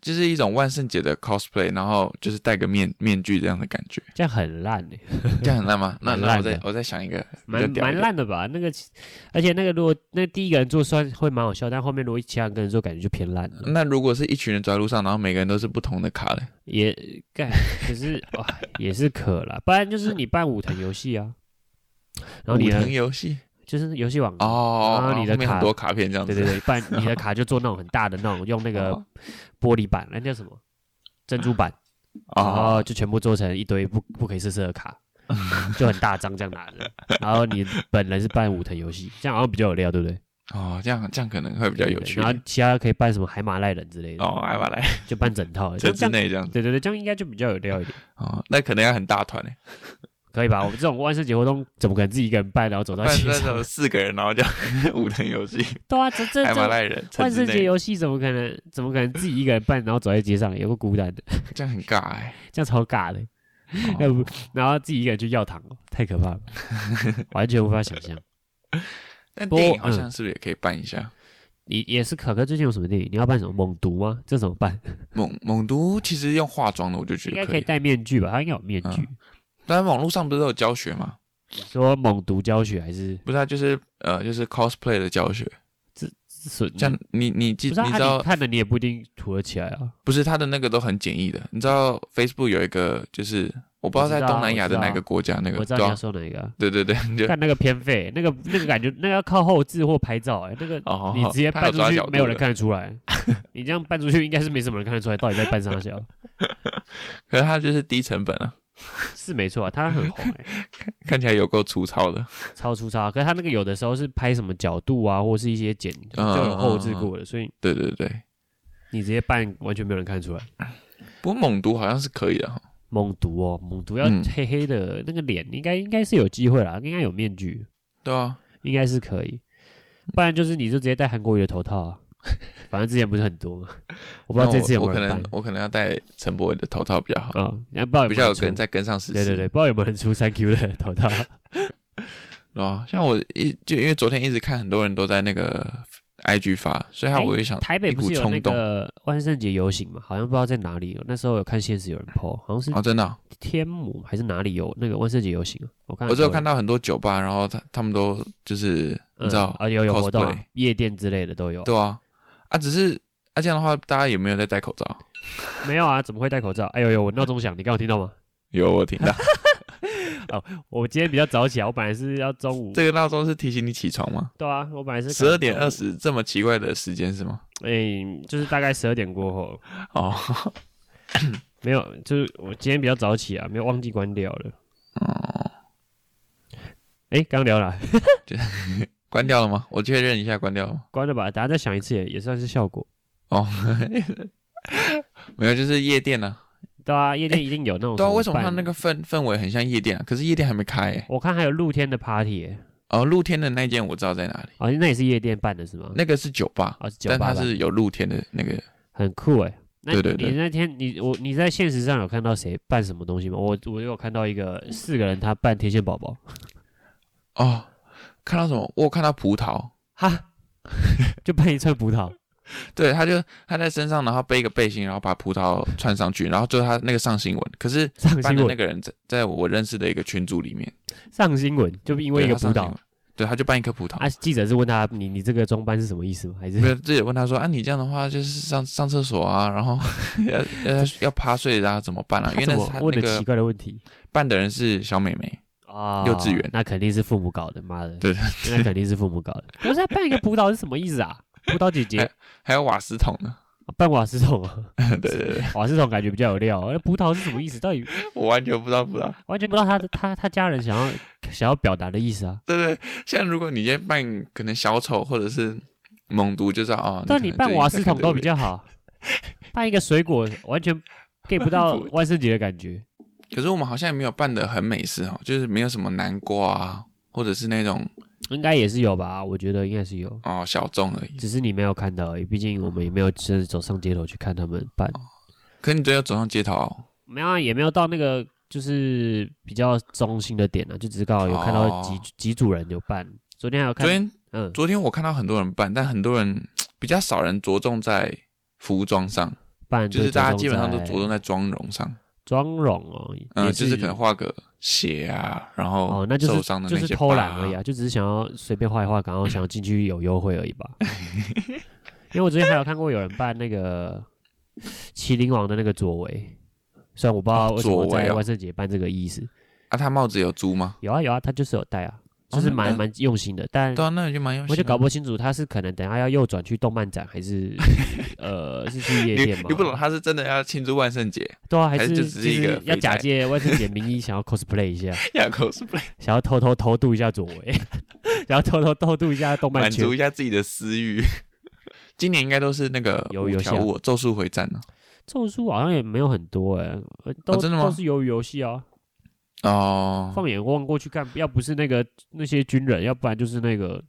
[SPEAKER 1] 就是一种万圣节的 cosplay，然后就是戴个面面具这样的感 觉，
[SPEAKER 2] 这样很烂哎、
[SPEAKER 1] 这样很烂吗？那
[SPEAKER 2] 蛮
[SPEAKER 1] 那我
[SPEAKER 2] 烂
[SPEAKER 1] 再
[SPEAKER 2] 的
[SPEAKER 1] 我再想一个比较
[SPEAKER 2] 蛮
[SPEAKER 1] 屌一
[SPEAKER 2] 蛮
[SPEAKER 1] 点，
[SPEAKER 2] 烂的吧？那个其，而且那个如果那第一个人做算会蛮好笑，但后面如果其他人跟着做，感觉就偏烂了。
[SPEAKER 1] 那如果是一群人走在路上，然后每个人都是不同的卡嘞，
[SPEAKER 2] 也干，可是哇，也是可啦。不然就是你办舞藤游戏啊，然后你
[SPEAKER 1] 五
[SPEAKER 2] 的
[SPEAKER 1] 藤游戏
[SPEAKER 2] 就是游戏网
[SPEAKER 1] 哦，哦
[SPEAKER 2] 然
[SPEAKER 1] 哦
[SPEAKER 2] 后你的
[SPEAKER 1] 后面
[SPEAKER 2] 卡
[SPEAKER 1] 很多卡片这样子，
[SPEAKER 2] 对对对，不然 你的卡就做那种很大的那种，用那个
[SPEAKER 1] 哦
[SPEAKER 2] 玻璃板，那叫什么珍珠板，然
[SPEAKER 1] 哦，
[SPEAKER 2] 后就全部做成一堆不不可以试射的 卡，就很大张这样拿着。然后你本人是办武藤游戏，这样好像比较有料，对不对？
[SPEAKER 1] 哦，这样这样可能会比较有趣
[SPEAKER 2] 对然后其他可以办什么海马赖人之类的，
[SPEAKER 1] 哦，艾瓦来
[SPEAKER 2] 就办整套，
[SPEAKER 1] 这
[SPEAKER 2] 就这
[SPEAKER 1] 之
[SPEAKER 2] 样。
[SPEAKER 1] 内这样子
[SPEAKER 2] 对对对，这样应该就比较有料一点，
[SPEAKER 1] 哦，那可能要很大团嘞，
[SPEAKER 2] 可以吧？我们这种万圣节活动怎么可能自己一个人办，然后走
[SPEAKER 1] 不
[SPEAKER 2] 到
[SPEAKER 1] 然
[SPEAKER 2] 现
[SPEAKER 1] 那
[SPEAKER 2] 场？
[SPEAKER 1] 种四个人然 后这样五藤游戏，
[SPEAKER 2] 对啊，这这
[SPEAKER 1] 艾瓦
[SPEAKER 2] 这
[SPEAKER 1] 赖人，
[SPEAKER 2] 万圣
[SPEAKER 1] 城之
[SPEAKER 2] 节
[SPEAKER 1] 内
[SPEAKER 2] 游戏怎么可能？怎么可能自己一个人办，然后走在街上，有个孤单的，
[SPEAKER 1] 这样很尬 哎，
[SPEAKER 2] 这样超尬的。
[SPEAKER 1] 哦
[SPEAKER 2] 要不，然后自己一个人去要糖，太可怕了， 完全无法想象。
[SPEAKER 1] 但
[SPEAKER 2] 不
[SPEAKER 1] 电影好
[SPEAKER 2] 嗯
[SPEAKER 1] 像是不是也可以办一下？
[SPEAKER 2] 你也是可可，最近有什么电影？你要扮什么猛毒吗？这怎么办？
[SPEAKER 1] 猛猛毒其实用化妆的，我就觉
[SPEAKER 2] 应
[SPEAKER 1] 得
[SPEAKER 2] 该
[SPEAKER 1] 可
[SPEAKER 2] 可以
[SPEAKER 1] 以。
[SPEAKER 2] 戴面具吧？他应该有面具。
[SPEAKER 1] 嗯但网络上不是都有教学吗？
[SPEAKER 2] 你说猛毒教学还是
[SPEAKER 1] 不是啊，就是呃，就是 cosplay 的教学。
[SPEAKER 2] 是？
[SPEAKER 1] 这样你你记
[SPEAKER 2] 嗯
[SPEAKER 1] 你
[SPEAKER 2] 不是啊、
[SPEAKER 1] 知
[SPEAKER 2] 啊你
[SPEAKER 1] 道
[SPEAKER 2] 看了你也不一定涂得起来啊。
[SPEAKER 1] 不是他的那个都很简易的。你知道 Facebook 有一个就是我不知道
[SPEAKER 2] 我知
[SPEAKER 1] 在
[SPEAKER 2] 道啊
[SPEAKER 1] 东南亚的
[SPEAKER 2] 我知道啊
[SPEAKER 1] 哪个国家那个
[SPEAKER 2] 我知道
[SPEAKER 1] 对
[SPEAKER 2] 你
[SPEAKER 1] 啊
[SPEAKER 2] 要说哪一个、啊。
[SPEAKER 1] 对对对， 你就
[SPEAKER 2] 看那个偏废，那个那个感觉，那个要靠后置或拍照、哎，那个
[SPEAKER 1] 哦，
[SPEAKER 2] 你直接
[SPEAKER 1] 他
[SPEAKER 2] 搬
[SPEAKER 1] 有
[SPEAKER 2] 出
[SPEAKER 1] 抓
[SPEAKER 2] 去
[SPEAKER 1] 角，度
[SPEAKER 2] 没有人
[SPEAKER 1] 的。
[SPEAKER 2] 看得出 来。你这样搬出去，应该是没什么人看得出来到底在搬啥小，
[SPEAKER 1] 可是他就是低成本啊，
[SPEAKER 2] 是没错啊，他很红、哎。
[SPEAKER 1] 看起来有够粗糙的。
[SPEAKER 2] 超粗糙，可是他那个有的时候是拍什么角度啊，或是一些剪就
[SPEAKER 1] 嗯
[SPEAKER 2] 有后置过的，所以
[SPEAKER 1] 对对对，
[SPEAKER 2] 你直接扮完全没有人看出来。
[SPEAKER 1] 不过猛毒好像是可以的哈。
[SPEAKER 2] 猛毒哦，猛毒要
[SPEAKER 1] 嗯
[SPEAKER 2] 黑黑的、那个脸，应该应该是有机会啦，应该有面具，
[SPEAKER 1] 对啊，
[SPEAKER 2] 应该是可以。不然就是你就直接戴韩国瑜的头套啊， 反正之前不是很多嘛，
[SPEAKER 1] 我
[SPEAKER 2] 我不知道这次有没
[SPEAKER 1] 我
[SPEAKER 2] 有
[SPEAKER 1] 可
[SPEAKER 2] 人
[SPEAKER 1] 能
[SPEAKER 2] 办
[SPEAKER 1] 我可能要戴陈柏伟的头套比较好，
[SPEAKER 2] 啊，那、不知道有
[SPEAKER 1] 比
[SPEAKER 2] 没
[SPEAKER 1] 较
[SPEAKER 2] 有
[SPEAKER 1] 有
[SPEAKER 2] 人出
[SPEAKER 1] 跟再跟上时
[SPEAKER 2] 对
[SPEAKER 1] 事。
[SPEAKER 2] 对对，不知道有没有人出三 Q 的 头套，
[SPEAKER 1] 对啊，像我一就因为昨天一直看很多人都在那个 IG 发，所以他
[SPEAKER 2] 哎
[SPEAKER 1] 我也想
[SPEAKER 2] 台北
[SPEAKER 1] 一
[SPEAKER 2] 不
[SPEAKER 1] 股
[SPEAKER 2] 是有那
[SPEAKER 1] 冲动
[SPEAKER 2] 个万圣节游行嘛？好像不知道在哪里有，那时候有看现实有人 PO，好像是
[SPEAKER 1] 哦，真的啊、
[SPEAKER 2] 天母还是哪里有那个万圣节游行啊？我看
[SPEAKER 1] 我只有看
[SPEAKER 2] 到，
[SPEAKER 1] 到很多酒吧，然后他他们都就是你知道，
[SPEAKER 2] 啊有有活动啊
[SPEAKER 1] cosplay
[SPEAKER 2] 夜店之类的都有。
[SPEAKER 1] 对啊，啊只是啊这样的话，大家也没有在戴口罩。
[SPEAKER 2] 没有啊？怎么会戴口罩？哎呦呦，我闹钟响，你刚有听到吗？
[SPEAKER 1] 有我听到，
[SPEAKER 2] 哦，我今天比较早起来，啊我本来是要中午。
[SPEAKER 1] 这个闹钟是提醒你起床吗？
[SPEAKER 2] 对啊，我本来是
[SPEAKER 1] 十二点二。十这么奇怪的时间是吗？
[SPEAKER 2] 哎、就是大概十二点过后，
[SPEAKER 1] 哦，
[SPEAKER 2] 没有，就是我今天比较早起啊，没有忘记关掉了。
[SPEAKER 1] 哦，
[SPEAKER 2] 哎、刚聊了，
[SPEAKER 1] 关掉了吗？我确认一下，关掉了吗？
[SPEAKER 2] 关了吧，大家再想一次也也算是效果。
[SPEAKER 1] 哦，没有，就是夜店啊。
[SPEAKER 2] 对啊，夜店一定有那种、
[SPEAKER 1] 对啊，为什么它那？个氛氛围很像夜店啊？可是夜店还没开、欸。
[SPEAKER 2] 我看还有露天的 party，耶、
[SPEAKER 1] 哦，露天的那间我知道在哪里，
[SPEAKER 2] 哦，那也是夜店办的是吗？
[SPEAKER 1] 那个是酒吧，
[SPEAKER 2] 哦，是酒
[SPEAKER 1] 但
[SPEAKER 2] 吧
[SPEAKER 1] 它
[SPEAKER 2] 办，
[SPEAKER 1] 是有露天的那个。
[SPEAKER 2] 很酷
[SPEAKER 1] 欸
[SPEAKER 2] 哎。那
[SPEAKER 1] 对对对
[SPEAKER 2] 你那天你我你在现实上有看到谁办什么东西吗？我我有看到一个四个人他扮天线宝宝，
[SPEAKER 1] 哦，看到什么？我有看到葡萄，
[SPEAKER 2] 哈， 就扮一串 葡萄，
[SPEAKER 1] 对，他就他在身上，然后背一个背心，然后把葡萄穿上去，然后就是他那个上新闻。可是
[SPEAKER 2] 上
[SPEAKER 1] 办
[SPEAKER 2] 新
[SPEAKER 1] 的那
[SPEAKER 2] 闻，
[SPEAKER 1] 个人在在我认识的一个群组里面，
[SPEAKER 2] 上新闻，就因为一
[SPEAKER 1] 对
[SPEAKER 2] 个
[SPEAKER 1] 他上
[SPEAKER 2] 葡
[SPEAKER 1] 新
[SPEAKER 2] 萄
[SPEAKER 1] 闻，对，他就办一颗葡萄。
[SPEAKER 2] 啊，记者是问他你你这个装扮是什么意思吗？还是
[SPEAKER 1] 没有，自己问他说啊，你这样的话就是上上厕所啊，然后 要要要趴睡啊，怎么办 啊？因为
[SPEAKER 2] 他怎
[SPEAKER 1] 那
[SPEAKER 2] 么
[SPEAKER 1] 是他
[SPEAKER 2] 问
[SPEAKER 1] 那
[SPEAKER 2] 的
[SPEAKER 1] 个
[SPEAKER 2] 奇怪的问题
[SPEAKER 1] 办的人是小美眉，
[SPEAKER 2] 啊
[SPEAKER 1] 幼稚园
[SPEAKER 2] 那肯定是父母搞的，妈的，
[SPEAKER 1] 对，
[SPEAKER 2] 那肯定是父 母搞的。我是在扮一个葡萄是什么意思啊？葡萄姐姐
[SPEAKER 1] 哎还有瓦斯桶呢。
[SPEAKER 2] 啊扮瓦斯桶啊，
[SPEAKER 1] 对对对，
[SPEAKER 2] 瓦斯桶感觉比较有料。啊那葡萄是什么意思？到底
[SPEAKER 1] 我完全不知道葡萄。
[SPEAKER 2] 完全不知道他的他他家人想要想要表达的意思啊。
[SPEAKER 1] 对对，像如果你今天扮可能小丑或者是猛毒，就知道哦。
[SPEAKER 2] 但你
[SPEAKER 1] 可能
[SPEAKER 2] 扮
[SPEAKER 1] 最近
[SPEAKER 2] 瓦
[SPEAKER 1] 在
[SPEAKER 2] 斯
[SPEAKER 1] 看
[SPEAKER 2] 桶
[SPEAKER 1] 这
[SPEAKER 2] 都
[SPEAKER 1] 个
[SPEAKER 2] 比 较好，扮一个水果完全 get 不到万圣节的感觉。
[SPEAKER 1] 可是我们好像也没有办的很美式哦，就是没有什么南瓜啊，或者是那种
[SPEAKER 2] 应该也是有吧？我觉得应该是有，
[SPEAKER 1] 哦小众而已。
[SPEAKER 2] 只是你没有看到而已。毕竟我们也没有真的走上街头去看他们扮，
[SPEAKER 1] 哦可你只有走上街头、哦，
[SPEAKER 2] 没有、啊、也没有到那个就是比较中心的点啊，就只是刚好有看到几、
[SPEAKER 1] 哦
[SPEAKER 2] 几组人有扮。昨天还有
[SPEAKER 1] 昨
[SPEAKER 2] 看，
[SPEAKER 1] 天
[SPEAKER 2] 嗯，
[SPEAKER 1] 昨天我看到很多人办，但很多人比较少人着重在服装上，
[SPEAKER 2] 扮
[SPEAKER 1] 就是大家基本上都着
[SPEAKER 2] 着
[SPEAKER 1] 重在妆容上，
[SPEAKER 2] 妆容哦，
[SPEAKER 1] 嗯、
[SPEAKER 2] 也
[SPEAKER 1] 就是可能画个鞋啊，然后
[SPEAKER 2] 哦，那就是
[SPEAKER 1] 受伤的
[SPEAKER 2] 就
[SPEAKER 1] 那
[SPEAKER 2] 是
[SPEAKER 1] 些、
[SPEAKER 2] 偷懒而已。啊，就只是想要随便画一画，然后想要进去有优惠而已 吧。因为我之前还有看过有人扮那个麒麟王的那个左为，虽然我不知道为什么
[SPEAKER 1] 左为
[SPEAKER 2] 在
[SPEAKER 1] 哦
[SPEAKER 2] 万圣节扮这个意思。
[SPEAKER 1] 啊，他帽子有租吗？
[SPEAKER 2] 有啊有啊，他就是有戴啊，
[SPEAKER 1] 哦
[SPEAKER 2] 就是
[SPEAKER 1] 那
[SPEAKER 2] 蛮
[SPEAKER 1] 那
[SPEAKER 2] 蛮用心的，但
[SPEAKER 1] 对啊，那就蛮有。
[SPEAKER 2] 我就搞不清楚他是可能等下要右转去动漫展，还是呃是去夜
[SPEAKER 1] 你
[SPEAKER 2] 店吗？
[SPEAKER 1] 你不懂，他是真的要庆祝万圣节，
[SPEAKER 2] 对啊，还
[SPEAKER 1] 还
[SPEAKER 2] 是
[SPEAKER 1] 是就只是
[SPEAKER 2] 其
[SPEAKER 1] 一
[SPEAKER 2] 实
[SPEAKER 1] 个
[SPEAKER 2] 要
[SPEAKER 1] 肥
[SPEAKER 2] 假
[SPEAKER 1] 宅
[SPEAKER 2] 借万圣节名义想要 cosplay 一下，
[SPEAKER 1] 要 cosplay，
[SPEAKER 2] 想要偷偷偷渡一下左为， 想要偷偷偷渡一下动漫
[SPEAKER 1] 满
[SPEAKER 2] 圈
[SPEAKER 1] 足。一下自己的私欲。 今年应该都是那个
[SPEAKER 2] 有
[SPEAKER 1] 五
[SPEAKER 2] 有
[SPEAKER 1] 条
[SPEAKER 2] 像
[SPEAKER 1] 悟、咒术回战呢、
[SPEAKER 2] 咒术好像也没有很多哎、呃都、
[SPEAKER 1] 哦真的吗
[SPEAKER 2] 都是鱿鱼游戏啊。
[SPEAKER 1] 哦，
[SPEAKER 2] 放眼望过去看，要不是那个那些军人，要不然就是那个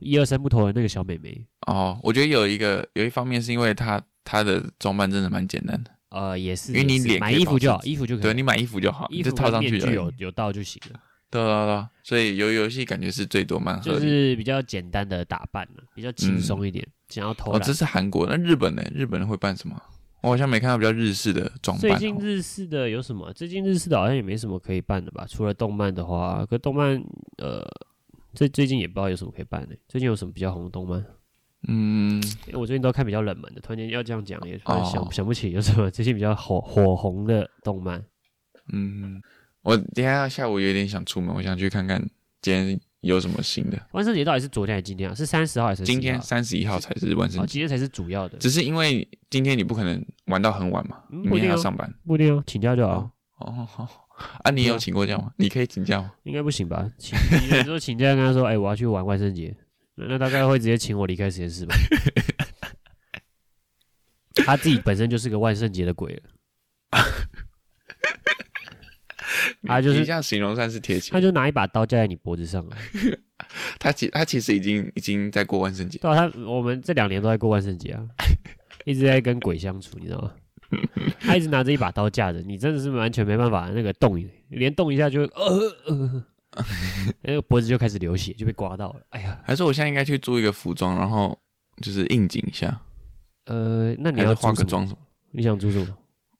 [SPEAKER 2] 一二三木头人那个小美眉。
[SPEAKER 1] 哦，我觉得有一个有一方面是因为他他的装扮真的蛮简单的，
[SPEAKER 2] 呃，也是，
[SPEAKER 1] 因为你
[SPEAKER 2] 也是
[SPEAKER 1] 脸
[SPEAKER 2] 买
[SPEAKER 1] 可以
[SPEAKER 2] 衣服
[SPEAKER 1] 保
[SPEAKER 2] 就
[SPEAKER 1] 持
[SPEAKER 2] 好，衣服就可
[SPEAKER 1] 对
[SPEAKER 2] 以，
[SPEAKER 1] 你买衣服就好，你
[SPEAKER 2] 衣
[SPEAKER 1] 就
[SPEAKER 2] 服
[SPEAKER 1] 套
[SPEAKER 2] 跟
[SPEAKER 1] 上
[SPEAKER 2] 面
[SPEAKER 1] 去而
[SPEAKER 2] 具
[SPEAKER 1] 已。
[SPEAKER 2] 有有到就行了，
[SPEAKER 1] 对对对，所以游游戏感觉是最多蛮合
[SPEAKER 2] 就
[SPEAKER 1] 理的。
[SPEAKER 2] 是比较简单的打扮了，比较轻松一点，想要偷
[SPEAKER 1] 哦，
[SPEAKER 2] 懒。
[SPEAKER 1] 这是韩国，那日本呢？日本人会扮什么？我好像没看到比较日式的装扮、
[SPEAKER 2] 最近
[SPEAKER 1] 哦。
[SPEAKER 2] 日式的有什么？最近日式的好像也没什么可以办的吧？除了动漫的话，啊可动漫呃，最最近也不知道有什么可以办的。最近有什么比较红的动漫？
[SPEAKER 1] 嗯，
[SPEAKER 2] 因为我最近都看比较冷门的，突然间要这样讲，也突然想、
[SPEAKER 1] 哦
[SPEAKER 2] 想不起有什么最近比较火火红的动漫。
[SPEAKER 1] 嗯，我等一下下午有点想出门，我想去看看今天有什么新的。
[SPEAKER 2] 万圣节到底是昨天还是今天啊？是三十号还是31号
[SPEAKER 1] 今天三十一号才是万圣
[SPEAKER 2] 哦，
[SPEAKER 1] 节，
[SPEAKER 2] 今天才是主要的，
[SPEAKER 1] 只是因为今天你不可能玩到很晚嘛，
[SPEAKER 2] 嗯
[SPEAKER 1] 你
[SPEAKER 2] 不
[SPEAKER 1] 明天
[SPEAKER 2] 一定
[SPEAKER 1] 还要
[SPEAKER 2] 哦
[SPEAKER 1] 上班。
[SPEAKER 2] 不一定哦，请假就好，
[SPEAKER 1] 哦哦， 好啊，你有请过假吗？你可以请假吗？
[SPEAKER 2] 应该不行吧？请 你说请假跟他说，哎、我要去玩万圣节，那那大概会直接请我离开实验室 吧？他自己本身就是个万圣节的鬼了，啊
[SPEAKER 1] 你
[SPEAKER 2] 就是
[SPEAKER 1] 你这样形容算是贴切
[SPEAKER 2] 他。就拿一把刀架在你脖子上啊。
[SPEAKER 1] 他其他其实已经已经在过万圣节，
[SPEAKER 2] 对啊，他我们这两年都在过万圣节啊，一直在跟鬼相处，你知道吗？他一直拿着一把刀架着你，真的是完全没办法那个动一，连动一下就呃呃，那个脖子就开始流血，就被刮到了。哎呀，
[SPEAKER 1] 还是我现在应该去租一个服装，然后就是应景一下，
[SPEAKER 2] 呃，那你
[SPEAKER 1] 还是
[SPEAKER 2] 要
[SPEAKER 1] 化个
[SPEAKER 2] 租什么？
[SPEAKER 1] 妆什么？
[SPEAKER 2] 你想租什么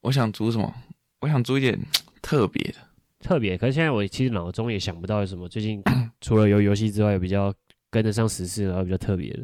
[SPEAKER 1] 我想租什么？我想租一点特别的。
[SPEAKER 2] 特别？可是现在我其实脑中也想不到有什么最近除了游游戏之外比较跟得上时事，然后比较特别的。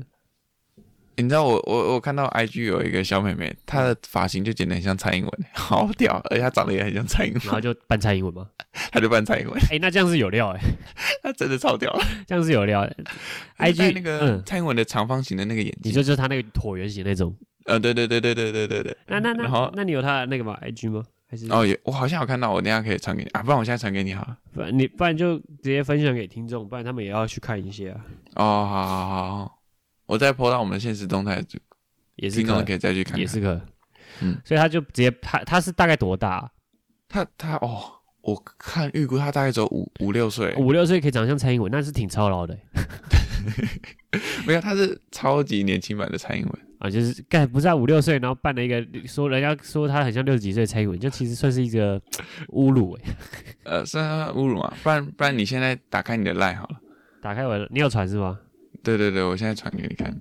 [SPEAKER 1] 你知道我我我看到 IG 有一个小妹妹，她的发型就剪得很像蔡英文， 好屌，而且她长得也很像蔡英
[SPEAKER 2] 然后
[SPEAKER 1] 文，
[SPEAKER 2] 就扮蔡英文嘛。
[SPEAKER 1] 她就扮蔡英文，
[SPEAKER 2] 哎、那这样是有料哎、
[SPEAKER 1] 她真的超屌。
[SPEAKER 2] 这样是有料的。
[SPEAKER 1] 她就戴
[SPEAKER 2] IG
[SPEAKER 1] 那个
[SPEAKER 2] 嗯
[SPEAKER 1] 蔡英文的长方形的那个眼镜，
[SPEAKER 2] 你说就是他那个椭圆形那种。
[SPEAKER 1] 呃，对对对对对对对对。
[SPEAKER 2] 那那
[SPEAKER 1] 然后
[SPEAKER 2] 那，那你有他的那个吗？IG 吗？还是
[SPEAKER 1] 哦，也我好像有看到，我等一下可以传给你啊，不然我现在传给你好了。
[SPEAKER 2] 不然你不然就直接分享给听众，不然他们也要去看一些啊，
[SPEAKER 1] 哦，好好好好，我再 po 到我们现实动态，
[SPEAKER 2] 也是
[SPEAKER 1] 听
[SPEAKER 2] 可
[SPEAKER 1] 众可以再去看看。
[SPEAKER 2] 也是可。
[SPEAKER 1] 嗯，
[SPEAKER 2] 所以他就直接他他是大概多大啊？
[SPEAKER 1] 他他哦，我看预估他大概只有五五六岁，
[SPEAKER 2] 五六岁可以长相蔡英文，那是挺操劳的欸、
[SPEAKER 1] 没有，他是超级年轻版的蔡英文。
[SPEAKER 2] 啊。就是干不是啊，五六岁，然后办了一个说人家说他很像六十几岁的蔡英文，就其实算是一个侮辱哎、
[SPEAKER 1] 呃，是啊侮辱嘛？不然不然你现在打开你的 line 好了。
[SPEAKER 2] 打开我的，你有传是吗？
[SPEAKER 1] 对对对，我现在传给你看，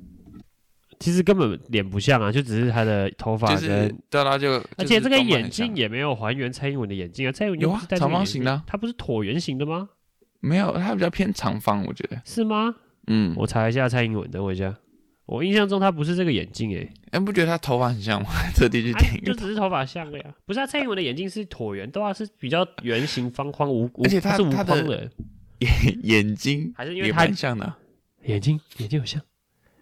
[SPEAKER 2] 其实根本脸不像啊，就只是他的头发
[SPEAKER 1] 就
[SPEAKER 2] 跟、
[SPEAKER 1] 是对啦就，
[SPEAKER 2] 而且这个眼
[SPEAKER 1] 镜
[SPEAKER 2] 镜也没有还原蔡英文的眼镜啊，蔡英文
[SPEAKER 1] 有
[SPEAKER 2] 又
[SPEAKER 1] 啊
[SPEAKER 2] 不是戴这个
[SPEAKER 1] 长方
[SPEAKER 2] 眼镜
[SPEAKER 1] 形的啊
[SPEAKER 2] 它不是椭圆形的吗？
[SPEAKER 1] 没有，它比较偏长方，我觉得。
[SPEAKER 2] 是吗？
[SPEAKER 1] 嗯，
[SPEAKER 2] 我查一下蔡英文，等我一下。我印象中他不是这个眼镜诶、欸
[SPEAKER 1] 哎，不觉得他头发很像吗？ 特地去
[SPEAKER 2] 啊
[SPEAKER 1] 点一
[SPEAKER 2] 就
[SPEAKER 1] 个
[SPEAKER 2] 只是头发像了呀。不是啊，蔡英文的眼镜是椭圆，对啊，是比较圆形、方框、无无，
[SPEAKER 1] 而且
[SPEAKER 2] 它
[SPEAKER 1] 他
[SPEAKER 2] 是无
[SPEAKER 1] 他
[SPEAKER 2] 框
[SPEAKER 1] 的
[SPEAKER 2] 的
[SPEAKER 1] 眼眼睛，
[SPEAKER 2] 还是因为
[SPEAKER 1] 也
[SPEAKER 2] 他
[SPEAKER 1] 蛮像的啊，
[SPEAKER 2] 眼睛眼睛有像。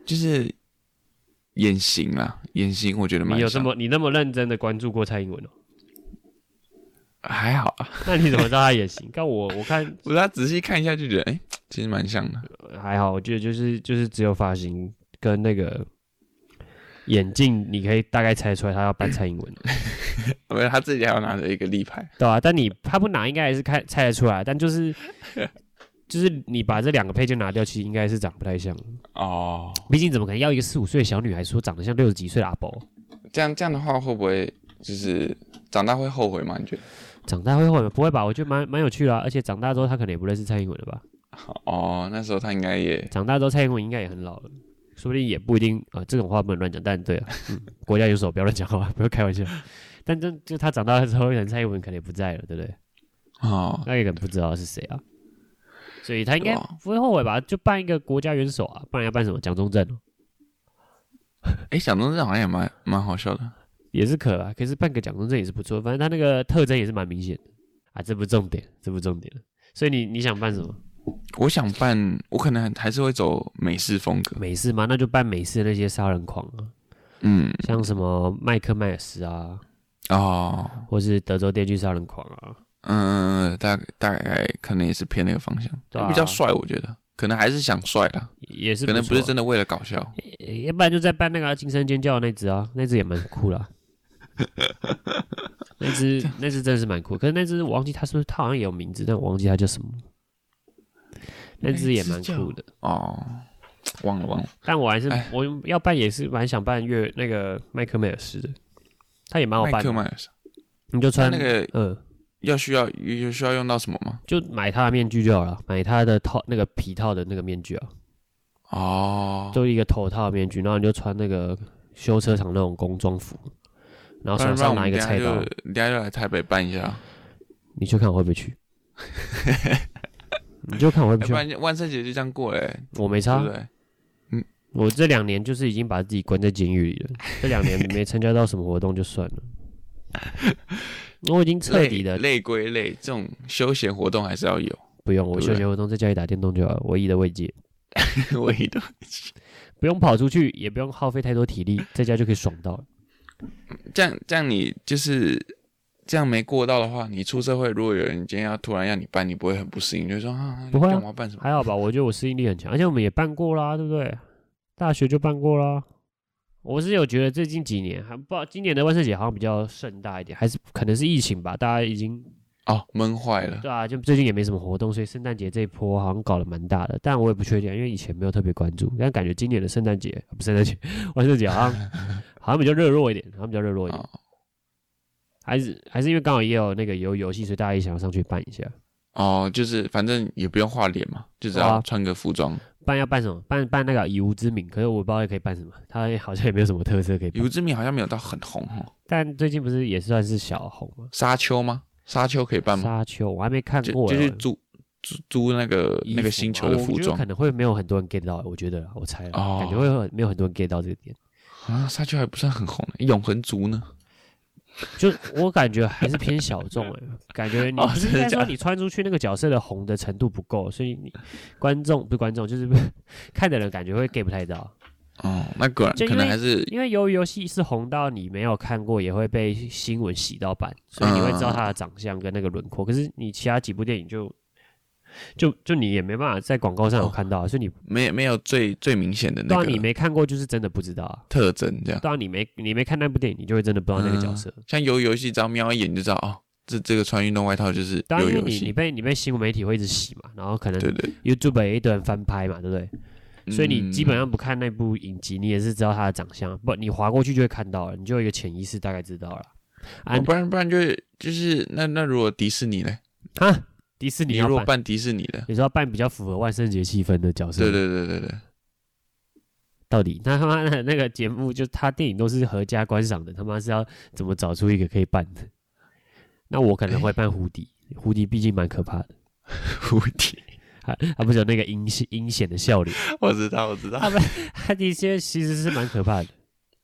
[SPEAKER 1] 就是眼型啦，眼型我觉得蛮
[SPEAKER 2] 你有这
[SPEAKER 1] 像，
[SPEAKER 2] 么你那么认真的关注过蔡英文哦？
[SPEAKER 1] 还好啊。
[SPEAKER 2] 那你怎么知道他眼 型？看我我看
[SPEAKER 1] 我他仔细看一下就觉得，哎，其实蛮像的。
[SPEAKER 2] 呃还好，我觉得就是就是只有发型跟那个眼镜，你可以大概猜出来他要扮蔡英文。哦
[SPEAKER 1] 没有，他自己还要拿着一个立牌。
[SPEAKER 2] 对啊，但你他不拿，应该还是看猜得出来。啊但就是就是你把这两个配件拿掉，其实应该是长不太像。
[SPEAKER 1] 哦，
[SPEAKER 2] 毕竟怎么可能要一个四五岁的小女孩说长得像六十几岁的阿伯？
[SPEAKER 1] 这样这样的话会不会就是长大会后悔吗？你觉得？
[SPEAKER 2] 长大会后悔不会吧？我觉得蛮蛮有趣的、啊，而且长大之后她可能也不认识蔡英文了吧？
[SPEAKER 1] 哦，那时候他应该也
[SPEAKER 2] 长大之后蔡英文应该也很老了，说不定也不一定啊、这种话不能乱讲，但 对啊，嗯、国家有手不要乱讲话，不要开玩笑。但真就她长大了之后，可能蔡英文可能也不在了，对不对？
[SPEAKER 1] 哦，
[SPEAKER 2] 那也可能不知道是谁啊，所以他应该
[SPEAKER 1] 对啊
[SPEAKER 2] 不会后悔吧？就办一个国家元首啊，不然要办什么？蒋中正哦
[SPEAKER 1] 哎，蒋中正好像也蛮蛮好笑的。
[SPEAKER 2] 也是可啊，可是办个蒋中正也是不错，反正他那个特征也是蛮明显的啊，这不是重点，这不是重点。所以你你想办什么
[SPEAKER 1] 我想办，我可能还是会走美式风格。
[SPEAKER 2] 美式吗？那就办美式的那些杀人狂啊，
[SPEAKER 1] 嗯，
[SPEAKER 2] 像什么麦克迈尔斯啊，
[SPEAKER 1] 哦，
[SPEAKER 2] 或是德州电锯杀人狂啊，
[SPEAKER 1] 嗯，嗯嗯大大概可能也是偏那个方向，
[SPEAKER 2] 对啊
[SPEAKER 1] 比较帅，我觉得可能还是想帅啦，
[SPEAKER 2] 也是
[SPEAKER 1] 可能
[SPEAKER 2] 错
[SPEAKER 1] 不是真的为了搞笑。
[SPEAKER 2] 诶要不然就再办那个啊惊声尖叫的那只啊，那只也蛮酷 啦。那只那只真的是蛮酷，可是那只我忘记它是不是它好像也有名字，但我忘记它叫什么。那只也蛮酷的，
[SPEAKER 1] 哦，忘了忘了，
[SPEAKER 2] 但我还是
[SPEAKER 1] 哎
[SPEAKER 2] 我要办也是蛮想办乐那个麦克迈尔斯的，他也蛮好
[SPEAKER 1] 麦
[SPEAKER 2] 办
[SPEAKER 1] 克
[SPEAKER 2] 的。
[SPEAKER 1] 迈尔斯，
[SPEAKER 2] 你就
[SPEAKER 1] 他
[SPEAKER 2] 穿
[SPEAKER 1] 那个
[SPEAKER 2] 嗯，
[SPEAKER 1] 要需要有需要用到什么吗？
[SPEAKER 2] 就买他的面具就好了，买他的套那个皮套的那个面具啊，
[SPEAKER 1] 哦，
[SPEAKER 2] 就一个头套的面具，然后你就穿那个修车厂那种工装服，然后
[SPEAKER 1] 不然不
[SPEAKER 2] 手
[SPEAKER 1] 然
[SPEAKER 2] 上
[SPEAKER 1] 我
[SPEAKER 2] 拿
[SPEAKER 1] 们
[SPEAKER 2] 一个
[SPEAKER 1] 等下
[SPEAKER 2] 菜
[SPEAKER 1] 就
[SPEAKER 2] 刀，
[SPEAKER 1] 等下就来台北办一下，
[SPEAKER 2] 你去看我会不会去？你就看我会不
[SPEAKER 1] 要
[SPEAKER 2] 会
[SPEAKER 1] 不
[SPEAKER 2] 去啊？
[SPEAKER 1] 然万圣节就这样过嘞、欸
[SPEAKER 2] 我没
[SPEAKER 1] 对
[SPEAKER 2] 差
[SPEAKER 1] 哎不，对？
[SPEAKER 2] 我这两年就是已经把自己关在监狱里了。这两年没参加到什么活动就算 了，我已经彻底的
[SPEAKER 1] 累累归累，这种休闲活动还是要有。
[SPEAKER 2] 不用我
[SPEAKER 1] 对不
[SPEAKER 2] 休
[SPEAKER 1] 对
[SPEAKER 2] 闲活动在家里打电动就好了，唯一的慰藉，
[SPEAKER 1] 我一定
[SPEAKER 2] 不用跑出去，也不用耗费太多体力，在家就可以爽到了。
[SPEAKER 1] 这样这样，你就是这样没过到的话，你出社会，如果有人今天要突然要你办，你不会很不适应，就说啊，
[SPEAKER 2] 不会啊
[SPEAKER 1] 干嘛办什么？
[SPEAKER 2] 还好吧，我觉得我适应力很强，而且我们也办过啦，对不对？大学就办过啦。我是有觉得最近几年还不，知道，今年的万圣节好像比较盛大一点，还是可能是疫情吧，大家已经
[SPEAKER 1] 哦，闷坏了。
[SPEAKER 2] 对啊，就最近也没什么活动，所以圣诞节这一波好像搞得蛮大的，但我也不确定，因为以前没有特别关注，但感觉今年的圣诞节不是圣诞节， 万圣节好像好像比较热络一点，好像比较热络一点，
[SPEAKER 1] 哦
[SPEAKER 2] 还是还是因为刚好也有那个有游戏，所以大家也想要上去办一下。
[SPEAKER 1] 哦，就是反正也不用画脸嘛，就只
[SPEAKER 2] 对
[SPEAKER 1] 要
[SPEAKER 2] 啊
[SPEAKER 1] 穿个服装。
[SPEAKER 2] 办要办什么？办办那个以无之名，可是我不知道可以办什么，它好像也没有什么特色可以办
[SPEAKER 1] 有。之名好像没有到很红哦，
[SPEAKER 2] 但最近不是也算是小红吗？
[SPEAKER 1] 沙丘吗？沙丘可以办吗？
[SPEAKER 2] 沙丘我还没看
[SPEAKER 1] 就
[SPEAKER 2] 过
[SPEAKER 1] 就
[SPEAKER 2] 欸，
[SPEAKER 1] 是主租租那个
[SPEAKER 2] 衣服
[SPEAKER 1] 那个星球的
[SPEAKER 2] 啊我
[SPEAKER 1] 服
[SPEAKER 2] 觉得
[SPEAKER 1] 装
[SPEAKER 2] 可能会没有很多人 get 到，我觉得啦我猜啦
[SPEAKER 1] 哦
[SPEAKER 2] 感觉会很没有很多人 get 到这个点，
[SPEAKER 1] 啊，沙丘还不算很红欸，永恒族呢？
[SPEAKER 2] 就我感觉还是偏小众哎、感觉你
[SPEAKER 1] 哦
[SPEAKER 2] 应
[SPEAKER 1] 真的
[SPEAKER 2] 该
[SPEAKER 1] 假
[SPEAKER 2] 说
[SPEAKER 1] 的
[SPEAKER 2] 你穿出去那个角色的红的程度不够，所以你观众不是观众就是 看的人感觉会 get 不太到，
[SPEAKER 1] 哦，那个
[SPEAKER 2] 就因
[SPEAKER 1] 可能
[SPEAKER 2] 为
[SPEAKER 1] 还是
[SPEAKER 2] 因为由于游戏是红到你没有看过也会被新闻洗到版，所以你会知
[SPEAKER 1] 嗯
[SPEAKER 2] 道他的长相跟那个轮廓，可是你其他几部电影就。就就你也没办法在广告上有看到啊，所以你
[SPEAKER 1] 没没有最最明显的那
[SPEAKER 2] 当啊然
[SPEAKER 1] 哦
[SPEAKER 2] 你
[SPEAKER 1] 个
[SPEAKER 2] 没看过，就是真的不知道啊。
[SPEAKER 1] 特征这样。
[SPEAKER 2] 当然你没你没看那部电影，你就会真的不知道那个角色。
[SPEAKER 1] 像游游戏，只要瞄一眼你就知道哦，这这个穿运动外套就是
[SPEAKER 2] 当
[SPEAKER 1] 游
[SPEAKER 2] 然，因为
[SPEAKER 1] 游
[SPEAKER 2] 你你
[SPEAKER 1] 戏。
[SPEAKER 2] 被你被新闻媒体会一直洗嘛，然后可能
[SPEAKER 1] 对对，
[SPEAKER 2] YouTube 也一堆人翻拍嘛，对不对？
[SPEAKER 1] 嗯
[SPEAKER 2] 所以你基本上不看那部影集，你也是知道他的长相，不，你划过去就会看到了，你就有一个潜意识大概知道了。
[SPEAKER 1] 哦不然不然就是就是那那如果迪士尼呢？
[SPEAKER 2] 哈，迪士尼
[SPEAKER 1] 你
[SPEAKER 2] 要
[SPEAKER 1] 如果
[SPEAKER 2] 办，
[SPEAKER 1] 办迪士尼的，
[SPEAKER 2] 你说要办比较符合万圣节气氛的角色，
[SPEAKER 1] 对对对对 对，
[SPEAKER 2] 到底那他妈的那个节目，就他电影都是合家观赏的，他妈是要怎么找出一个可以办的？那我可能会办胡迪，胡迪毕竟蛮可怕的。
[SPEAKER 1] 蝴蝶，
[SPEAKER 2] 他他不是有那个阴险阴险的 笑脸，
[SPEAKER 1] 我知道我知道。
[SPEAKER 2] 他的确其实是蛮可怕的。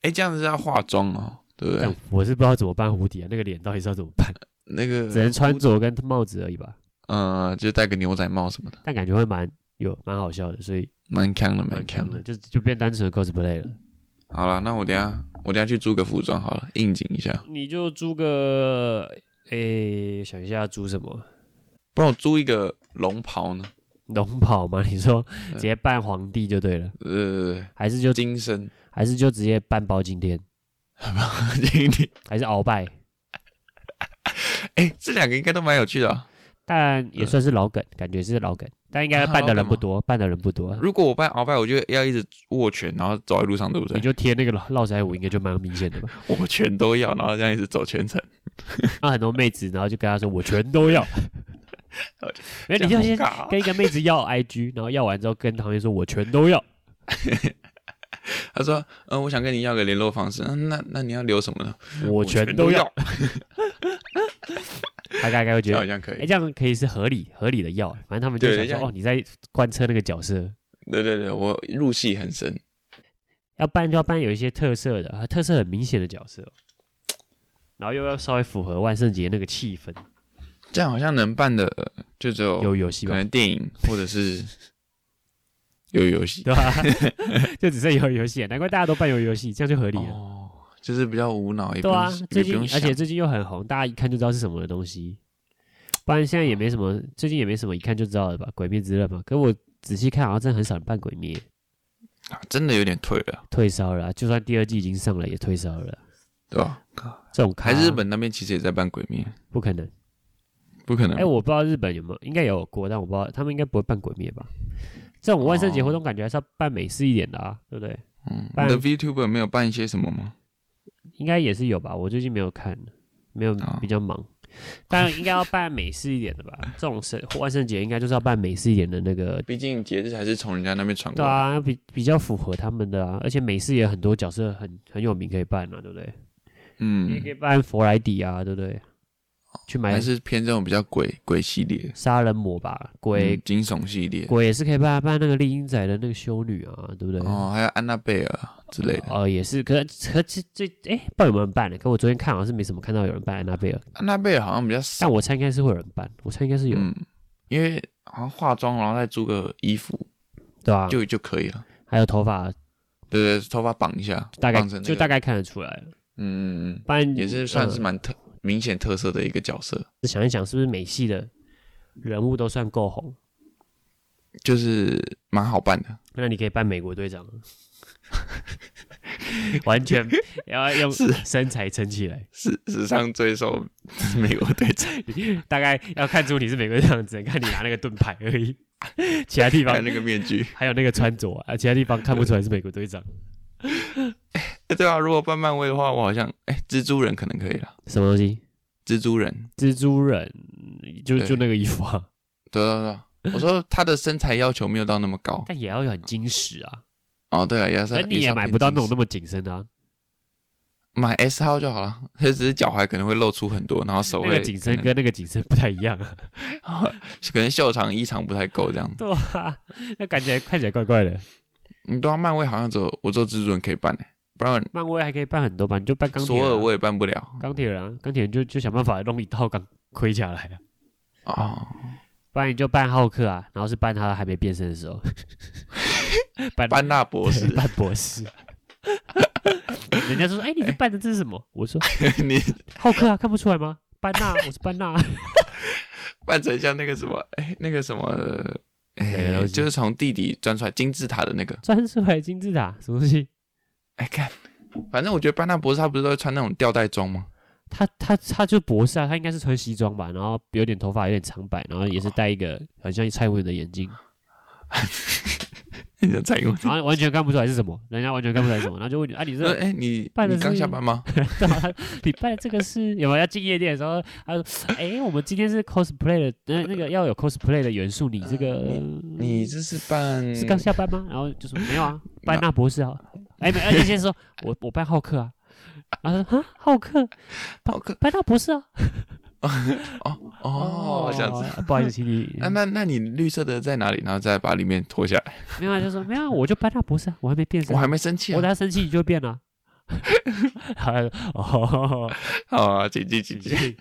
[SPEAKER 1] 哎，这样子要化妆哦，对不
[SPEAKER 2] 但
[SPEAKER 1] 对？
[SPEAKER 2] 我是不知道怎么办蝴蝶、啊，那个脸到底是要怎么办？
[SPEAKER 1] 那个
[SPEAKER 2] 只能穿着跟帽子而已吧。
[SPEAKER 1] 呃，就戴个牛仔帽什么的，
[SPEAKER 2] 但感觉会蛮有蛮好笑的，所以
[SPEAKER 1] 蛮强的，蛮
[SPEAKER 2] 蛮
[SPEAKER 1] 强
[SPEAKER 2] 强
[SPEAKER 1] 的
[SPEAKER 2] 的，。就就变单纯的 cosplay 了。
[SPEAKER 1] 好了，那我等一下我等一下去租个服装好了，应景一下。
[SPEAKER 2] 你就租个诶、想一下租什么
[SPEAKER 1] 不然我租一个龙袍呢？
[SPEAKER 2] 龙袍吗？你说
[SPEAKER 1] 嗯
[SPEAKER 2] 直接扮皇帝就对了，
[SPEAKER 1] 呃，
[SPEAKER 2] 还是就
[SPEAKER 1] 金身，
[SPEAKER 2] 还是就直接扮包青天，
[SPEAKER 1] 经理。
[SPEAKER 2] 还是鳌拜？
[SPEAKER 1] 哎、这两个应该都蛮有趣的啊、
[SPEAKER 2] 但也算是老梗，感觉是老梗，但应该
[SPEAKER 1] 啊
[SPEAKER 2] 扮的
[SPEAKER 1] 老梗
[SPEAKER 2] 人不
[SPEAKER 1] 吗
[SPEAKER 2] 多，扮的人不多。
[SPEAKER 1] 如果我拜鳌拜，我就要一直握拳，然后走在路上，对不
[SPEAKER 2] 你
[SPEAKER 1] 对？
[SPEAKER 2] 就贴那个络络腮胡，应该就蛮明显的吧？
[SPEAKER 1] 我全都要，然后这样一直走全程。
[SPEAKER 2] 那很多妹子，然后就跟他说我全 都要。没有，你就
[SPEAKER 1] 这
[SPEAKER 2] 先
[SPEAKER 1] 样好尬哦
[SPEAKER 2] 跟一个妹子要 IG，然后要完之后跟旁边说我全都 要。
[SPEAKER 1] 他说：“嗯、我想跟你要个联络方式。嗯，那那你要留什么呢？
[SPEAKER 2] 我全都要，，他大概会觉
[SPEAKER 1] 这样 好，
[SPEAKER 2] 得
[SPEAKER 1] 像可
[SPEAKER 2] 哎、
[SPEAKER 1] 以。
[SPEAKER 2] 这样可以是合理合理的要，反正他们就
[SPEAKER 1] 对
[SPEAKER 2] 想
[SPEAKER 1] 这样
[SPEAKER 2] 说，哦，你在贯彻那个角色，
[SPEAKER 1] 对对对，我入戏很深。
[SPEAKER 2] 要扮就要扮有一些特色的，啊特色很明显的角色哦、然后又要稍微符合万圣节那个气氛，
[SPEAKER 1] 这样好像能办的呃就只有
[SPEAKER 2] 有游戏
[SPEAKER 1] 可
[SPEAKER 2] 吧，
[SPEAKER 1] 能电影或者是有游戏。
[SPEAKER 2] 对吧、 就只剩有游戏了，难怪大家都扮有游戏，这样就合理了。
[SPEAKER 1] 哦，就是比较无脑，也不
[SPEAKER 2] 对
[SPEAKER 1] 用、
[SPEAKER 2] 啊，
[SPEAKER 1] 也
[SPEAKER 2] 最
[SPEAKER 1] 不
[SPEAKER 2] 近
[SPEAKER 1] 用
[SPEAKER 2] 而
[SPEAKER 1] 想。
[SPEAKER 2] 且最近又很红，大家一看就知道是什么的东西。不然现在也没什么，
[SPEAKER 1] 哦
[SPEAKER 2] 最近也没什么一看就知道的吧，《鬼灭之刃》嘛。可我仔细看，好像真的很少人扮鬼灭，
[SPEAKER 1] 啊真的有点退了，
[SPEAKER 2] 退烧了啊、就算第二季已经上了，也退烧了啊。
[SPEAKER 1] 对吧？
[SPEAKER 2] 这种
[SPEAKER 1] 还
[SPEAKER 2] 咖
[SPEAKER 1] 日本那边其实也在办鬼灭，
[SPEAKER 2] 不可能。
[SPEAKER 1] 不可能。
[SPEAKER 2] 哎、我不知道日本有没有，应该有过，但我不知道他们应该不会办鬼灭吧？这种万圣节活
[SPEAKER 1] 哦
[SPEAKER 2] 动感觉还是要办美式一点的啊，对不对？
[SPEAKER 1] 嗯，
[SPEAKER 2] 办
[SPEAKER 1] 你的 VTuber 没有办一些什么吗？
[SPEAKER 2] 应该也是有吧？我最近没有看，没有
[SPEAKER 1] 哦
[SPEAKER 2] 比较忙，但应该要办美式一点的吧？这种圣万圣节应该就是要办美式一点的那个，
[SPEAKER 1] 毕竟节日还是从人家那边传过
[SPEAKER 2] 对
[SPEAKER 1] 来。
[SPEAKER 2] 啊，比比较符合他们的啊，而且美式也有很多角色很很有名可以扮啊，对不对？你也
[SPEAKER 1] 嗯
[SPEAKER 2] 可，以扮佛莱迪啊，对不对？去买
[SPEAKER 1] 还是偏这种比较鬼鬼系列、
[SPEAKER 2] 杀人魔吧，鬼、
[SPEAKER 1] 嗯惊悚系列。
[SPEAKER 2] 鬼也是可以扮扮那个丽英仔的那个修女啊，对不对？
[SPEAKER 1] 哦，还有安娜贝尔之类的。
[SPEAKER 2] 哦，也是，可是可是这哎，不知道有没有人办的。可我昨天看好像是没什么看到有人办安娜贝尔，
[SPEAKER 1] 安娜贝尔好像比较少，
[SPEAKER 2] 但我猜应该是会有人办，我猜应该是有，
[SPEAKER 1] 嗯，因为好像化妆，然后再租个衣服
[SPEAKER 2] 对吧、啊？
[SPEAKER 1] 就就可以了。
[SPEAKER 2] 还有头发，
[SPEAKER 1] 对对，头发绑一下，
[SPEAKER 2] 大概
[SPEAKER 1] 绑成那个
[SPEAKER 2] 就大概看得出来了。
[SPEAKER 1] 嗯，嗯嗯
[SPEAKER 2] 不然
[SPEAKER 1] 也是算是
[SPEAKER 2] 呃
[SPEAKER 1] 蛮特明显特色的一个角色，
[SPEAKER 2] 想一想，是不是美系的人物都算够红？
[SPEAKER 1] 就是蛮好办的。
[SPEAKER 2] 那你可以扮美国队长， 完全要用身材撑起来，
[SPEAKER 1] 史史上最受 美国队长，
[SPEAKER 2] 大概要看出你是美国队长，只能看你拿那个盾牌而已， 其他地方
[SPEAKER 1] 还有那个面具。
[SPEAKER 2] 还有那个穿着啊，其他地方看不出来是美国队长。
[SPEAKER 1] 欸对啊，如果办漫威的话，我好像哎、蜘蛛人可能可以了。
[SPEAKER 2] 什么东西？
[SPEAKER 1] 蜘蛛人，
[SPEAKER 2] 蜘蛛人，就
[SPEAKER 1] 对
[SPEAKER 2] 就那个衣服啊，
[SPEAKER 1] 对对
[SPEAKER 2] 嗯
[SPEAKER 1] 对，我说他的身材要求没有到那么高。
[SPEAKER 2] 但也要很矜持啊，
[SPEAKER 1] 哦，对了，也是
[SPEAKER 2] 哎 那，你
[SPEAKER 1] 是
[SPEAKER 2] 也
[SPEAKER 1] 要
[SPEAKER 2] 买
[SPEAKER 1] 偏
[SPEAKER 2] 不到
[SPEAKER 1] 精
[SPEAKER 2] 那种
[SPEAKER 1] 致
[SPEAKER 2] 那么紧身的、啊，
[SPEAKER 1] 买 S 号就好了， 它只是脚踝可能会露出很多，然后手
[SPEAKER 2] 那
[SPEAKER 1] 会
[SPEAKER 2] 个紧身
[SPEAKER 1] 可能
[SPEAKER 2] 跟那个紧身不太一样啊，
[SPEAKER 1] 可能袖长衣长不太够这样。
[SPEAKER 2] 对啊， 那感觉看起来怪怪的。
[SPEAKER 1] 你对啊，漫威好像只有我只有蜘蛛人可以办、欸，不然
[SPEAKER 2] 漫威还可以办很多吧，你就办钢铁
[SPEAKER 1] 索
[SPEAKER 2] 人啊、
[SPEAKER 1] 尔我也办不了
[SPEAKER 2] 钢铁人啊，钢铁人就就想办法弄一套钢盔甲来啊，
[SPEAKER 1] 哦。
[SPEAKER 2] 啊不然你就扮浩克啊，然后是扮他还没变身的时候， 扮
[SPEAKER 1] 班纳博 士
[SPEAKER 2] 对，扮博士啊。人家就说：“哎、你这扮的这是什么？”我说
[SPEAKER 1] 你：“
[SPEAKER 2] 浩克啊，看不出来吗？班纳，我是班纳。
[SPEAKER 1] 扮成像那个什么，哎、那个什么，哎、
[SPEAKER 2] 哪个东西
[SPEAKER 1] 就是从地底钻出来金字塔的那个，”
[SPEAKER 2] 钻出来金字塔什么东西？
[SPEAKER 1] 哎、看，反正我觉得班纳博士他不是都会穿那种吊带装吗？
[SPEAKER 2] 他他他就博士啊，他应该是穿西装吧，然后有点头发，有点长白，然后也是戴一个很像蔡英文的眼镜，
[SPEAKER 1] 你的蔡英文，
[SPEAKER 2] 然后完全看不出来是什么，人家完全看不出来是什么，然后就问你啊，你
[SPEAKER 1] 说
[SPEAKER 2] 这
[SPEAKER 1] 哎、你
[SPEAKER 2] 扮的
[SPEAKER 1] 你刚
[SPEAKER 2] 是
[SPEAKER 1] 下班吗？
[SPEAKER 2] 对啊，他你办这个是有没有要进夜店的时候？他说：“哎、我们今天是 cosplay 的，那那个要有 cosplay 的元素，你这个、
[SPEAKER 1] 你这是扮
[SPEAKER 2] 嗯是刚下班吗？”然后就说：“没有啊，班纳博士啊。”哎，没，而且先说我我扮浩克啊。 然后他说：“啊，浩克，
[SPEAKER 1] 浩克
[SPEAKER 2] 班纳博士啊。
[SPEAKER 1] 哦，我想知道。
[SPEAKER 2] 道。不好意思，请你
[SPEAKER 1] 哎那那那你绿色的在哪里？然后再把里面脱下来。
[SPEAKER 2] 没有啊，就说没有啊，我就班纳博士啊，我还没变身
[SPEAKER 1] 我，还没生气
[SPEAKER 2] 我
[SPEAKER 1] 啊！
[SPEAKER 2] 等下生气你就 变了。好了，哦，
[SPEAKER 1] 好啊，请进，请进。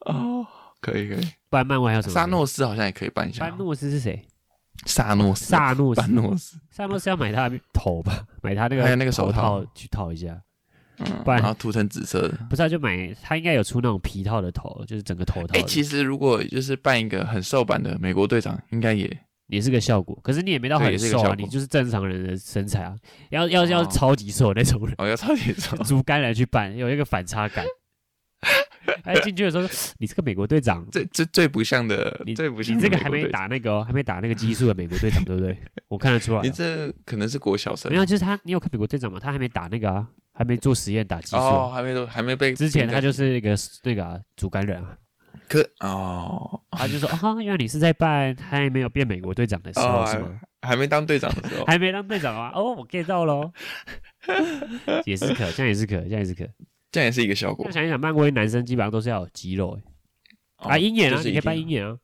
[SPEAKER 1] 哦，可以可以。
[SPEAKER 2] 不然漫威还有什么？
[SPEAKER 1] 萨诺斯好像也可以办一下
[SPEAKER 2] 班
[SPEAKER 1] 哦。
[SPEAKER 2] 诺斯是谁？
[SPEAKER 1] 萨诺斯，
[SPEAKER 2] 萨诺斯
[SPEAKER 1] 班。诺斯，
[SPEAKER 2] 萨诺斯要买 他的头吧，买他那个
[SPEAKER 1] 还有那个手
[SPEAKER 2] 头
[SPEAKER 1] 套
[SPEAKER 2] 套去套一下，
[SPEAKER 1] 嗯，
[SPEAKER 2] 不然
[SPEAKER 1] 然后涂成紫色的。
[SPEAKER 2] 不是、啊、就买他应该有出那种皮套的头，就是整个头套的，
[SPEAKER 1] 哎，其实如果就是扮一个很瘦版的美国队长，应该也
[SPEAKER 2] 也是个效果。可是你也没到
[SPEAKER 1] 对也
[SPEAKER 2] 很
[SPEAKER 1] 是个
[SPEAKER 2] 瘦
[SPEAKER 1] 效
[SPEAKER 2] 啊，
[SPEAKER 1] 果
[SPEAKER 2] 你就是正常人的身材啊，要要
[SPEAKER 1] 哦
[SPEAKER 2] 要超级瘦的 那种人，。
[SPEAKER 1] 哦要超级瘦
[SPEAKER 2] 竹竿来去扮，有一个反差 感。哎，进去的时候说，你这个美国队长，
[SPEAKER 1] 最最最不像的，
[SPEAKER 2] 你
[SPEAKER 1] 最不像
[SPEAKER 2] 你
[SPEAKER 1] 的
[SPEAKER 2] 这个
[SPEAKER 1] 美
[SPEAKER 2] 还
[SPEAKER 1] 国
[SPEAKER 2] 没
[SPEAKER 1] 队长，
[SPEAKER 2] 打那个、哦，还没打那个激素的美国队长，对 不对？我看得出来啊、
[SPEAKER 1] 你这可能是国小生
[SPEAKER 2] 没。有，就是他，你有看美国队长吗？他还没打那个啊，还没做实验打激素啊、
[SPEAKER 1] 哦，还没都还没被
[SPEAKER 2] 之前他就是一个那个啊竹竿 人啊。
[SPEAKER 1] 可哦
[SPEAKER 2] 他就说啊，原来你是在办还没有变美国队长的时候、
[SPEAKER 1] 哦哎
[SPEAKER 2] 是吗？
[SPEAKER 1] 还没当队长的时候，
[SPEAKER 2] 还没当队长啊？哦，我 get 到喽，也是可，这样也是可，这样也是可。
[SPEAKER 1] 这样也是一个效果
[SPEAKER 2] 那。想一想，漫威男生基本上都是要有肌肉、欸
[SPEAKER 1] 哦
[SPEAKER 2] 啊，鹰眼
[SPEAKER 1] 就
[SPEAKER 2] 啊，
[SPEAKER 1] 是
[SPEAKER 2] 你
[SPEAKER 1] 一
[SPEAKER 2] 可以扮
[SPEAKER 1] 定
[SPEAKER 2] 鹰眼啊，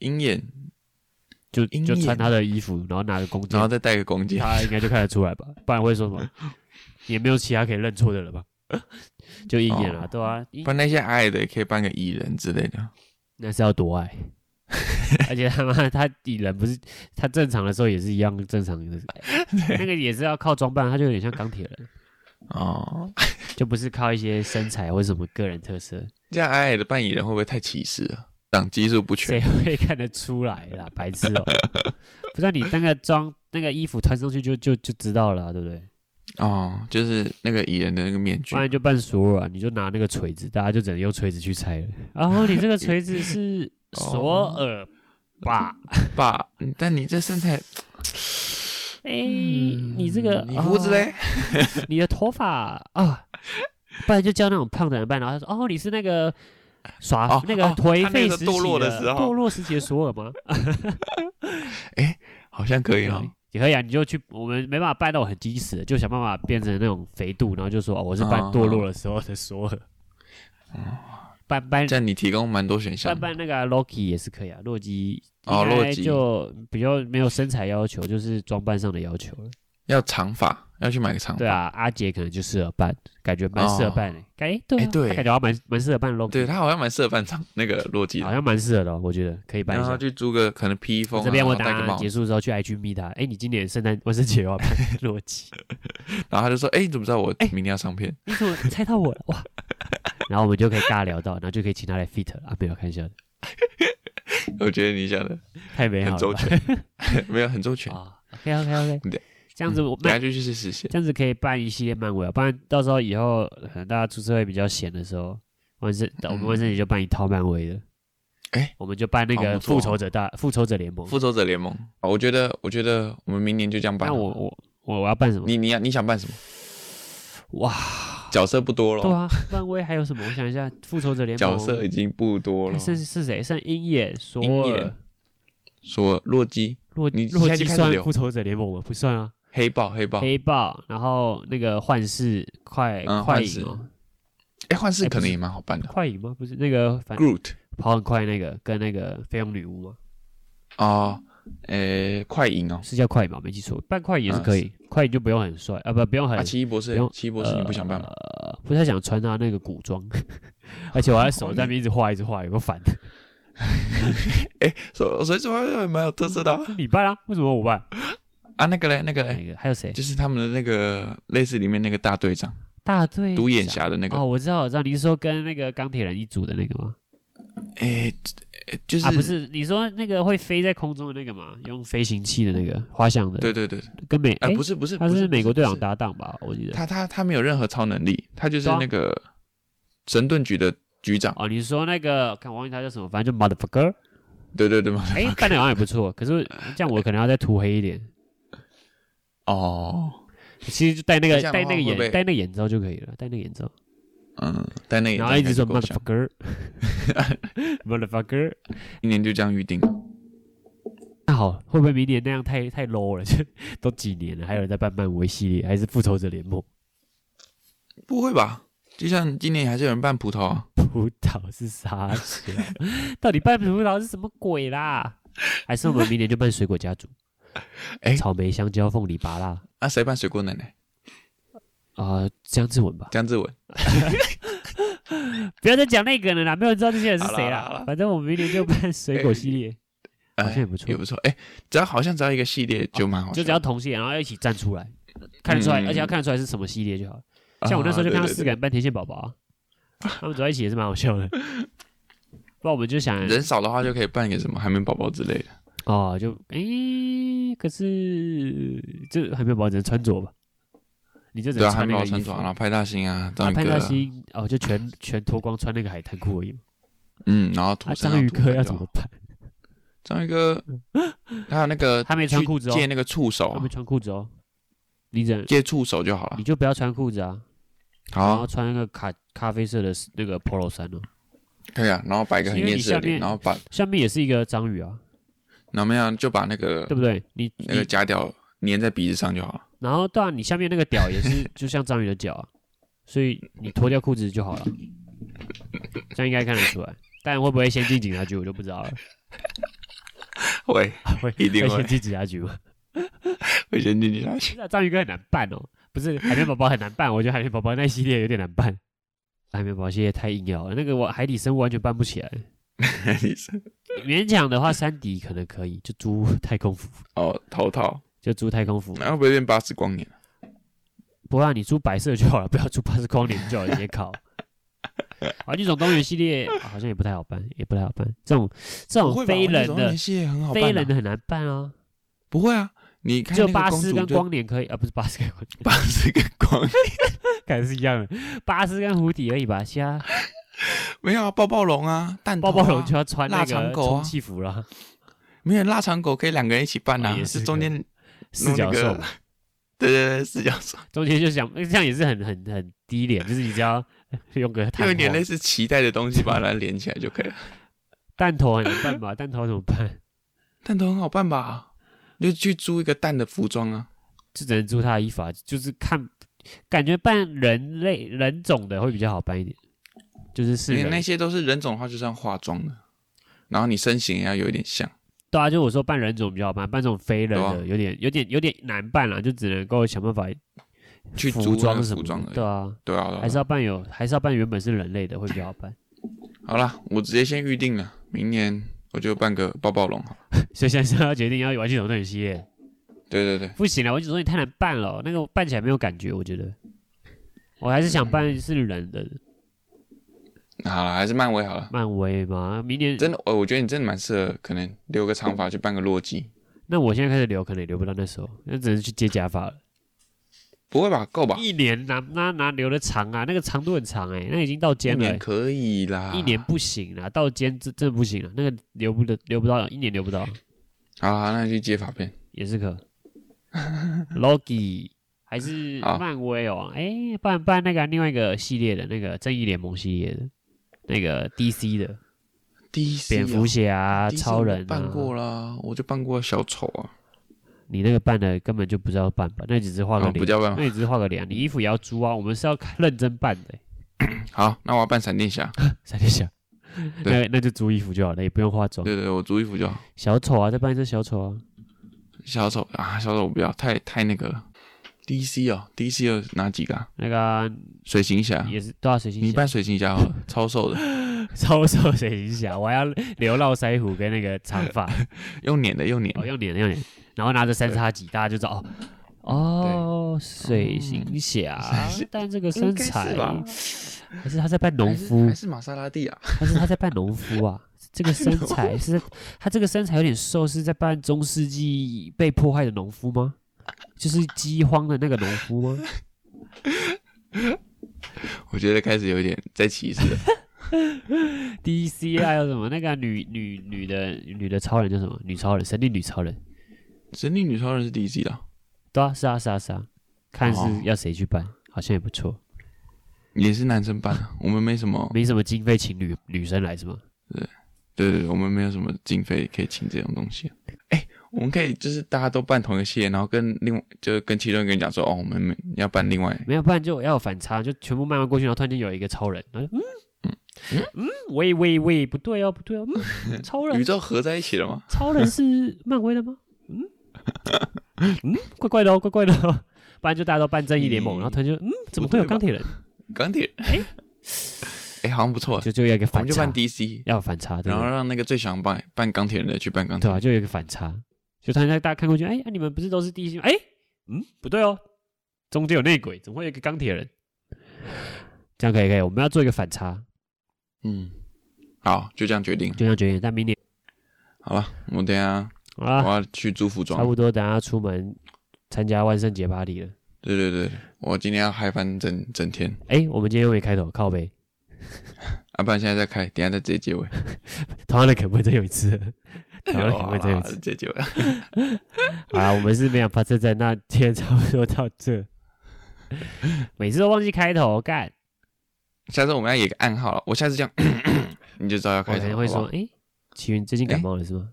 [SPEAKER 1] 鹰眼，
[SPEAKER 2] 就
[SPEAKER 1] 鹰
[SPEAKER 2] 就穿
[SPEAKER 1] 眼
[SPEAKER 2] 他的衣服，然后拿着弓箭
[SPEAKER 1] 然后，再带个弓箭。
[SPEAKER 2] 他应该就看得出 来吧？不然会说什么？也没有其他可以认错的了 吧？就鹰眼啊，
[SPEAKER 1] 哦
[SPEAKER 2] 对啊，鹰
[SPEAKER 1] 扮那些矮矮的也可以扮个蚁人之类的。
[SPEAKER 2] 那是要多爱。 而且他妈他蚁人不是他正常的时候也是一样正常 的，那个也是要靠装扮，他就有点像钢铁人，
[SPEAKER 1] 哦，
[SPEAKER 2] 就不是靠一些身材或什么个人特色，
[SPEAKER 1] 这样矮矮的扮蚁人会不会太歧视了？长基数不
[SPEAKER 2] 谁
[SPEAKER 1] 全。
[SPEAKER 2] 会看得出来啦？白痴 哦、不知道你那个装那个衣服穿上去就就就知道了啊、对不对？
[SPEAKER 1] 哦，就是那个蚁人的那个面具
[SPEAKER 2] 不。然就扮索尔啊，你就拿那个锤子，大家就只能用锤子去猜了。然后你这 个锤子是
[SPEAKER 1] 哦
[SPEAKER 2] 索尔吧？
[SPEAKER 1] 爸，嗯但你这身材，
[SPEAKER 2] 哎、你这个
[SPEAKER 1] 嗯你胡子
[SPEAKER 2] 哦
[SPEAKER 1] 嘞？
[SPEAKER 2] 你的头发啊，不然就叫那种胖的人扮，然后他说：“哦，你是那个耍、
[SPEAKER 1] 哦
[SPEAKER 2] 那个
[SPEAKER 1] 哦
[SPEAKER 2] 颓
[SPEAKER 1] 他那
[SPEAKER 2] 废
[SPEAKER 1] 个
[SPEAKER 2] 时期
[SPEAKER 1] 堕落的时候
[SPEAKER 2] 堕落时期的索尔吗？
[SPEAKER 1] 好像可以哦。
[SPEAKER 2] 也可以啊，你就去，我们没办法扮到很基死的，就想办法变成那种肥度，然后就说哦，我是扮
[SPEAKER 1] 嗯
[SPEAKER 2] 堕落的时候的索尔，扮扮
[SPEAKER 1] 哦这样你提供蛮多选项
[SPEAKER 2] 扮
[SPEAKER 1] 的。
[SPEAKER 2] 扮那个啊 Loki 也是可以啊，洛基
[SPEAKER 1] 哦
[SPEAKER 2] 应该
[SPEAKER 1] 洛基
[SPEAKER 2] 就比较没有身材要求，就是装扮上的要求
[SPEAKER 1] 哦
[SPEAKER 2] 了。
[SPEAKER 1] 要长发，要去买个长
[SPEAKER 2] 对
[SPEAKER 1] 发。
[SPEAKER 2] 啊，阿杰可能就适合扮，感觉蛮适合
[SPEAKER 1] 哦
[SPEAKER 2] 扮的，哎、对、啊
[SPEAKER 1] 哎对
[SPEAKER 2] 他感觉还蛮蛮适合扮 Loki，
[SPEAKER 1] 对他好像蛮适合扮长那个洛基的
[SPEAKER 2] 好，像蛮适合的哦、我觉得可以办一
[SPEAKER 1] 然后
[SPEAKER 2] 下。
[SPEAKER 1] 去租个可能披风啊，
[SPEAKER 2] 这边我
[SPEAKER 1] 然后戴个
[SPEAKER 2] 打
[SPEAKER 1] 帽
[SPEAKER 2] 结，束之后去 IG 密他，哎，你今年圣诞万圣节 有要办洛基？
[SPEAKER 1] 然后他就说：“哎，你怎么知道我明天要上片
[SPEAKER 2] 你怎么猜到我了？哇！然后我们就可以尬聊到，然后就可以请他来 fit 了啊，没有开玩笑的，？”
[SPEAKER 1] 我觉得你想的
[SPEAKER 2] 太美哎好
[SPEAKER 1] 很周
[SPEAKER 2] 了吧
[SPEAKER 1] 全， 没有很周全。
[SPEAKER 2] 啊！OK OK OK，
[SPEAKER 1] 对啊
[SPEAKER 2] 这样子我
[SPEAKER 1] 等
[SPEAKER 2] 漫
[SPEAKER 1] 下就去试实现。
[SPEAKER 2] 这样子可以办一系列漫威啊，不然到时候以后可能大家出社会比较闲的时候，万圣我
[SPEAKER 1] 嗯
[SPEAKER 2] 们万圣节就办一套漫威的，
[SPEAKER 1] 哎，
[SPEAKER 2] 我们就办那
[SPEAKER 1] 好
[SPEAKER 2] 个
[SPEAKER 1] 不错
[SPEAKER 2] 复仇者大复仇者联盟。
[SPEAKER 1] 复仇者联盟，啊我觉得，我觉得我们明年就这样办
[SPEAKER 2] 那
[SPEAKER 1] 了。
[SPEAKER 2] 我我我我要办什么？
[SPEAKER 1] 你你要你想办什么？
[SPEAKER 2] 哇！
[SPEAKER 1] 角色不多
[SPEAKER 2] 对
[SPEAKER 1] 了，
[SPEAKER 2] 啊，漫威还有什么？我想一下，复仇者联盟
[SPEAKER 1] 哦角色已经不多
[SPEAKER 2] 还
[SPEAKER 1] 了。
[SPEAKER 2] 剩是谁？剩鹰眼、索
[SPEAKER 1] 鹰
[SPEAKER 2] 尔
[SPEAKER 1] 眼、说洛基，
[SPEAKER 2] 洛
[SPEAKER 1] 你
[SPEAKER 2] 洛
[SPEAKER 1] 现在
[SPEAKER 2] 基
[SPEAKER 1] 就开始
[SPEAKER 2] 算
[SPEAKER 1] 聊
[SPEAKER 2] 复仇者联盟吗？不算啊，
[SPEAKER 1] 黑豹，黑豹，
[SPEAKER 2] 黑豹，然后那个幻视快、
[SPEAKER 1] 嗯
[SPEAKER 2] 快
[SPEAKER 1] 幻视
[SPEAKER 2] 影哦，
[SPEAKER 1] 哎，幻视
[SPEAKER 2] 哎不
[SPEAKER 1] 可能
[SPEAKER 2] 是
[SPEAKER 1] 也蛮好办的。
[SPEAKER 2] 快影吗？哎不是那个反
[SPEAKER 1] Groot
[SPEAKER 2] 跑很快那个跟那个飞佣女巫吗？
[SPEAKER 1] 哦，诶，快银哦，
[SPEAKER 2] 是叫快影吧？我没记错，扮快影也是
[SPEAKER 1] 嗯
[SPEAKER 2] 可以，快影就不用很帅啊，不不用很
[SPEAKER 1] 啊，奇异博士
[SPEAKER 2] 不用，
[SPEAKER 1] 奇异博士你不想办吗？
[SPEAKER 2] 呃， 不太想穿他那个古装， 而且我还手在那边一直画一直画，有个 烦。呃
[SPEAKER 1] 所所以说蛮有特色的啊
[SPEAKER 2] 你办啊？为什么我办？
[SPEAKER 1] 啊，那个嘞，那个嘞，
[SPEAKER 2] 那个还有谁？
[SPEAKER 1] 就是他们的那个类似里面那个大队长，
[SPEAKER 2] 大队
[SPEAKER 1] 独眼
[SPEAKER 2] 侠
[SPEAKER 1] 侠的那个
[SPEAKER 2] 哦，，我知道，我知道，你是说跟那个钢铁人一组的那个吗？
[SPEAKER 1] 哎，诶就是
[SPEAKER 2] 啊，不是，你说那个会飞在空中的那个吗？用飞行器的那个花样的，
[SPEAKER 1] 对，对对，
[SPEAKER 2] 跟美
[SPEAKER 1] 啊，
[SPEAKER 2] 诶
[SPEAKER 1] 不是不是，
[SPEAKER 2] 他
[SPEAKER 1] 不
[SPEAKER 2] 是美国队
[SPEAKER 1] 不
[SPEAKER 2] 长
[SPEAKER 1] 是
[SPEAKER 2] 搭档吧？我记得。
[SPEAKER 1] 他他他没有任何超能力，他就是
[SPEAKER 2] 对啊
[SPEAKER 1] 那个神盾局的局长，
[SPEAKER 2] 哦，你说那个，看我忘记他叫什么，反正就 motherfucker，
[SPEAKER 1] 对对对嘛，
[SPEAKER 2] 哎，扮的好像也不错，可是这样我可能要再涂黑一点，
[SPEAKER 1] 哦，
[SPEAKER 2] 其实就戴那个
[SPEAKER 1] 这样的
[SPEAKER 2] 戴
[SPEAKER 1] 话
[SPEAKER 2] 那个
[SPEAKER 1] 会不会
[SPEAKER 2] 眼戴那个眼罩就可以了，戴那个眼罩，
[SPEAKER 1] 嗯，但那也
[SPEAKER 2] 然后一直说
[SPEAKER 1] 够呛
[SPEAKER 2] motherfucker。motherfucker，
[SPEAKER 1] 今年就这样预定了，
[SPEAKER 2] 那好，会不会明年那样太太 low 了？就都几年了，还有人在办漫威系列，还是复仇者联盟？
[SPEAKER 1] 不会吧？就像今年还是有人办葡萄啊，
[SPEAKER 2] 葡萄是啥小？ 到底办葡萄是什么鬼啦？还是我们明年就办水果 家族？
[SPEAKER 1] 哎
[SPEAKER 2] 草莓、香蕉、凤梨、芭乐啊
[SPEAKER 1] 啊，谁办水果奶奶？、
[SPEAKER 2] 江志文吧，
[SPEAKER 1] 江志文，
[SPEAKER 2] 不要再讲那个了啦，没有人知道这些人是谁
[SPEAKER 1] 好啦好
[SPEAKER 2] 啦
[SPEAKER 1] 啦。
[SPEAKER 2] 反正我们明年就办水果系列，好像也
[SPEAKER 1] 哎，
[SPEAKER 2] 不错哦
[SPEAKER 1] 也，不错，哎，只要好像只要一个系列就蛮好笑的，
[SPEAKER 2] 就只要同系，然后要一起站出来，看得出来，
[SPEAKER 1] 嗯
[SPEAKER 2] 而且要看得出来是什么系列就好了。
[SPEAKER 1] 啊
[SPEAKER 2] 像我那时候就看到
[SPEAKER 1] 对对
[SPEAKER 2] 四个人扮天线宝宝啊，他们走在一起也是蛮好笑的。不然我们就想
[SPEAKER 1] 对人少的话就可以办一个什么海绵宝宝之类的，
[SPEAKER 2] 哦，就诶、可是这还没有保证穿着吧？你就只
[SPEAKER 1] 对
[SPEAKER 2] 能
[SPEAKER 1] 啊，海
[SPEAKER 2] 穿
[SPEAKER 1] 绵
[SPEAKER 2] 那
[SPEAKER 1] 宝
[SPEAKER 2] 个
[SPEAKER 1] 宝穿
[SPEAKER 2] 衣服。
[SPEAKER 1] 着啊，然后派大星啊，
[SPEAKER 2] 啊
[SPEAKER 1] 章鱼
[SPEAKER 2] 潘
[SPEAKER 1] 哥
[SPEAKER 2] 大
[SPEAKER 1] 啊，
[SPEAKER 2] 星哦，就全全脱光穿那个海滩裤而已嘛。
[SPEAKER 1] 嗯，然后土
[SPEAKER 2] 啊，
[SPEAKER 1] 生
[SPEAKER 2] 章鱼哥要
[SPEAKER 1] 啊
[SPEAKER 2] 怎
[SPEAKER 1] 土
[SPEAKER 2] 么
[SPEAKER 1] 生
[SPEAKER 2] 办？
[SPEAKER 1] 章鱼哥，还有那 个
[SPEAKER 2] 他没穿裤子哦
[SPEAKER 1] 去借那个触手
[SPEAKER 2] 他
[SPEAKER 1] 啊
[SPEAKER 2] 没，嗯穿裤子哦，你怎
[SPEAKER 1] 借触手就好了
[SPEAKER 2] 你。就不要穿裤子啊，
[SPEAKER 1] 好
[SPEAKER 2] 然
[SPEAKER 1] 啊
[SPEAKER 2] 后，穿那个咖咖啡色的那个 polo 衫哦，
[SPEAKER 1] 可以啊，然后摆一个很
[SPEAKER 2] 因为
[SPEAKER 1] 厌
[SPEAKER 2] 你
[SPEAKER 1] 世的
[SPEAKER 2] 下
[SPEAKER 1] 脸，
[SPEAKER 2] 面
[SPEAKER 1] 然后把，
[SPEAKER 2] 下面也是一个章鱼啊，
[SPEAKER 1] 然后那样就把那个
[SPEAKER 2] 对不对？你
[SPEAKER 1] 那个
[SPEAKER 2] 你
[SPEAKER 1] 夹掉粘在鼻子上就 好了。
[SPEAKER 2] 然后当然你下面那个屌也是就像章鱼的脚啊，所以你脱掉裤子就好了，这样应该看得出来。但会不会先进警察局我就不知 道了，
[SPEAKER 1] 会，
[SPEAKER 2] 会
[SPEAKER 1] 一定会
[SPEAKER 2] 先进警察局吗？
[SPEAKER 1] 会先进去下去。
[SPEAKER 2] 不是啊章鱼哥很难办哦，不是海绵宝宝很难办，我觉得海绵宝宝那一系列有点难办，海绵宝宝系列太硬要了，那个我海底生物完全办不起来。勉强的话，山迪可能可以，就租太空服，
[SPEAKER 1] 哦，头套，
[SPEAKER 2] 就租太空服。
[SPEAKER 1] 然后不会变八十光年？啊
[SPEAKER 2] 不然你租白色就好了，不 要租八十光年就好了，也 考。啊，那种公园系列啊好像也不太好办，也不太好办。这种这
[SPEAKER 1] 不
[SPEAKER 2] 种
[SPEAKER 1] 会吧
[SPEAKER 2] 飞人
[SPEAKER 1] 我那种
[SPEAKER 2] 的
[SPEAKER 1] 系列很好办啊
[SPEAKER 2] 飞人的很难办啊，
[SPEAKER 1] 不会啊，你看
[SPEAKER 2] 只有
[SPEAKER 1] 那个
[SPEAKER 2] 巴
[SPEAKER 1] 公
[SPEAKER 2] 斯
[SPEAKER 1] 主
[SPEAKER 2] 跟
[SPEAKER 1] 就
[SPEAKER 2] 光年可以啊，不是巴斯跟光年，
[SPEAKER 1] 八十个光 年，
[SPEAKER 2] 感觉是一样的，巴斯跟蝴蝶而已吧。其他
[SPEAKER 1] 没有啊，抱抱龙啊，蛋头
[SPEAKER 2] 抱
[SPEAKER 1] 啊
[SPEAKER 2] 抱龙就要穿那
[SPEAKER 1] 腊肠
[SPEAKER 2] 个
[SPEAKER 1] 狗啊
[SPEAKER 2] 充气服了，
[SPEAKER 1] 没有腊肠狗可以两个人一起办啊
[SPEAKER 2] 哦，也是
[SPEAKER 1] 是中间
[SPEAKER 2] 四角兽
[SPEAKER 1] 弄那
[SPEAKER 2] 嘛
[SPEAKER 1] 个，对对对四角兽，
[SPEAKER 2] 中间就想这样也是很很很低廉，就是你只要用个弹
[SPEAKER 1] 用一点
[SPEAKER 2] 簧
[SPEAKER 1] 类似脐带的东西把它连起来就可以 了。
[SPEAKER 2] 弹头很难办吧？弹头怎么办？
[SPEAKER 1] 蛋头很好办吧？就去租一个蛋的服装啊。
[SPEAKER 2] 就只能租他的衣服啊，就是看感觉扮人类人种的会比较好办一点，就是是啊
[SPEAKER 1] 你那
[SPEAKER 2] 人
[SPEAKER 1] 些都是人种的话，就是要化妆的，然后你身形也要有一点像。
[SPEAKER 2] 对啊，就我说扮人种比较好办，扮这种非人
[SPEAKER 1] 对啊
[SPEAKER 2] 的有点有点有点难办啦，就只能够想办法
[SPEAKER 1] 去租
[SPEAKER 2] 服
[SPEAKER 1] 那个
[SPEAKER 2] 装什
[SPEAKER 1] 服
[SPEAKER 2] 么
[SPEAKER 1] 装而
[SPEAKER 2] 的，
[SPEAKER 1] 已
[SPEAKER 2] 对啊，
[SPEAKER 1] 对啊，对啊
[SPEAKER 2] 还是要扮有还是要扮原本是人类的会比较好办，
[SPEAKER 1] 好啦，我直接先预定了，明年我就办个抱抱龙好了。
[SPEAKER 2] 所以现在是要决定要玩系统对系列，
[SPEAKER 1] 对对对，
[SPEAKER 2] 不行了，我就说你太难办了哦，那个办起来没有感觉，我觉得我还是想办是人的
[SPEAKER 1] 那好了，还是漫威好了。
[SPEAKER 2] 漫威嘛，明年
[SPEAKER 1] 真的，我我觉得你真的蛮适合，可能留个长发去办个洛基。
[SPEAKER 2] 那我现在开始留可能也留不到那时候，那只能去接假发了。
[SPEAKER 1] 不会吧？够吧？
[SPEAKER 2] 一年哪哪哪留的长啊？那个长度很长哎、那已经到
[SPEAKER 1] 一
[SPEAKER 2] 肩了欸、
[SPEAKER 1] 年可啊以啦。
[SPEAKER 2] 一年不行啦，到肩这这不行了，啊那个留不得留不到，一年留不到
[SPEAKER 1] 好啦，那就去接发片。
[SPEAKER 2] 也是 可。Logi 还是
[SPEAKER 1] 好
[SPEAKER 2] 漫威哦、哎、不然不然那个另外一个系列的那个正义联盟系列的，那个 DC 的
[SPEAKER 1] 第一次哦
[SPEAKER 2] 蝙蝠侠啊、超人啊，
[SPEAKER 1] 办过啦，我就办过小丑啊。
[SPEAKER 2] 你那个办的根本就不是要办吧？那只是画个
[SPEAKER 1] 哦
[SPEAKER 2] 脸，
[SPEAKER 1] 不叫办吧
[SPEAKER 2] 那你只是画个脸，你衣服也要租啊。我们是要认真办的、欸
[SPEAKER 1] 好，那我要办闪电侠。
[SPEAKER 2] 闪电侠，
[SPEAKER 1] 对
[SPEAKER 2] 啊 那那就租衣服就好了，也不用化妆。
[SPEAKER 1] 对对，对我租衣服就好。
[SPEAKER 2] 小丑啊，再办一只小丑啊，
[SPEAKER 1] 小丑啊，小丑我不要，太太那个了。DC 哦，DC 有哪几个、啊？
[SPEAKER 2] 那个啊、
[SPEAKER 1] 水行侠，
[SPEAKER 2] 也是多少水
[SPEAKER 1] 你
[SPEAKER 2] 行侠，
[SPEAKER 1] 扮水行侠好 了，超瘦的，
[SPEAKER 2] 超瘦水行侠，啊我还要留络腮胡跟那个长发，
[SPEAKER 1] 又碾的又碾。
[SPEAKER 2] 哦，用脸用脸，然后拿着三叉戟，大家就知道哦，哦，水行侠，啊但这个身材
[SPEAKER 1] 应该是吧
[SPEAKER 2] 还是他在扮农
[SPEAKER 1] 还是
[SPEAKER 2] 夫
[SPEAKER 1] 还，是玛莎拉蒂啊？
[SPEAKER 2] 还是他在扮农夫啊？这个身材是他这个身材有点瘦，是在扮中世纪被迫害的农夫吗？就是饥荒的那个农夫吗？
[SPEAKER 1] 我觉得开始有点在歧视了。
[SPEAKER 2] DC 啊，还有什么那个啊、女女女的女的超人叫什么？女超人，神力女超人，
[SPEAKER 1] 神力女超人是 DC 的哦，
[SPEAKER 2] 对啊，是啊是啊是啊，看
[SPEAKER 1] 哦
[SPEAKER 2] 是要谁去办，好像也不错，
[SPEAKER 1] 也是男生扮啊。我们没什么，
[SPEAKER 2] 没什么经费请女女生来是吗？
[SPEAKER 1] 对对，对我们没有什么经费可以请这种东西啊。哎，我们可以就是大家都办同一个系列，然后跟另外就是跟其中一个人讲说，哦，我们没要办另外
[SPEAKER 2] 没有，不然就要有反差，就全部慢慢过去，然后突然间有一个超人，然后就嗯嗯嗯，喂喂喂，不对哦不对哦， 嗯，超
[SPEAKER 1] 宇
[SPEAKER 2] 人
[SPEAKER 1] 宙合在一起了吗？
[SPEAKER 2] 超人是漫威的吗？嗯嗯，怪怪的哦怪怪的哦，不然就大家都扮正义联盟，
[SPEAKER 1] 嗯
[SPEAKER 2] 然后突然就嗯，怎么会有钢铁人？
[SPEAKER 1] 钢铁人，
[SPEAKER 2] 哎
[SPEAKER 1] 哎，好像不错，
[SPEAKER 2] 就就要一个
[SPEAKER 1] 我
[SPEAKER 2] 反
[SPEAKER 1] 们就
[SPEAKER 2] 差
[SPEAKER 1] 办，DC，
[SPEAKER 2] 要有反差，对
[SPEAKER 1] 然
[SPEAKER 2] 不
[SPEAKER 1] 后
[SPEAKER 2] 对？
[SPEAKER 1] 让那个最想办办钢铁人的去办钢铁
[SPEAKER 2] 对
[SPEAKER 1] 人
[SPEAKER 2] 啊，。就有一个反差，就突然间大家看过去，哎、啊你们不是都是第一星？哎、嗯，不对哦，中间有内鬼，怎么会有一个钢铁人？这样可以可以，我们要做一个反差，
[SPEAKER 1] 嗯，好，就这样决定了。
[SPEAKER 2] 就这样决定。但明年
[SPEAKER 1] 好了，我等一下
[SPEAKER 2] 好
[SPEAKER 1] 我
[SPEAKER 2] 啦，
[SPEAKER 1] 要去租服
[SPEAKER 2] 啊差
[SPEAKER 1] 装。
[SPEAKER 2] 不多等下出门参加万圣节 party 了。
[SPEAKER 1] 对对对，我今天要嗨翻整整天，
[SPEAKER 2] 哎、我们今天又没开头，靠背，
[SPEAKER 1] 啊，不然现在再开，等一下再直接结尾。
[SPEAKER 2] 台湾的可不可以再有一次？台湾的可不
[SPEAKER 1] 好
[SPEAKER 2] 可以
[SPEAKER 1] 啦
[SPEAKER 2] 再有一
[SPEAKER 1] 直
[SPEAKER 2] 次？
[SPEAKER 1] 接结尾。
[SPEAKER 2] 好啦，我们是没有发车站，那今天差不多到这。每次都忘记开头，干，
[SPEAKER 1] 下次我们要有一个暗号了，我下次这样， 你就知道要
[SPEAKER 2] 我
[SPEAKER 1] 开
[SPEAKER 2] 可
[SPEAKER 1] 头
[SPEAKER 2] 能
[SPEAKER 1] 了。
[SPEAKER 2] 会说
[SPEAKER 1] 好不，好，
[SPEAKER 2] 哎、齐云最近感冒了是 吗？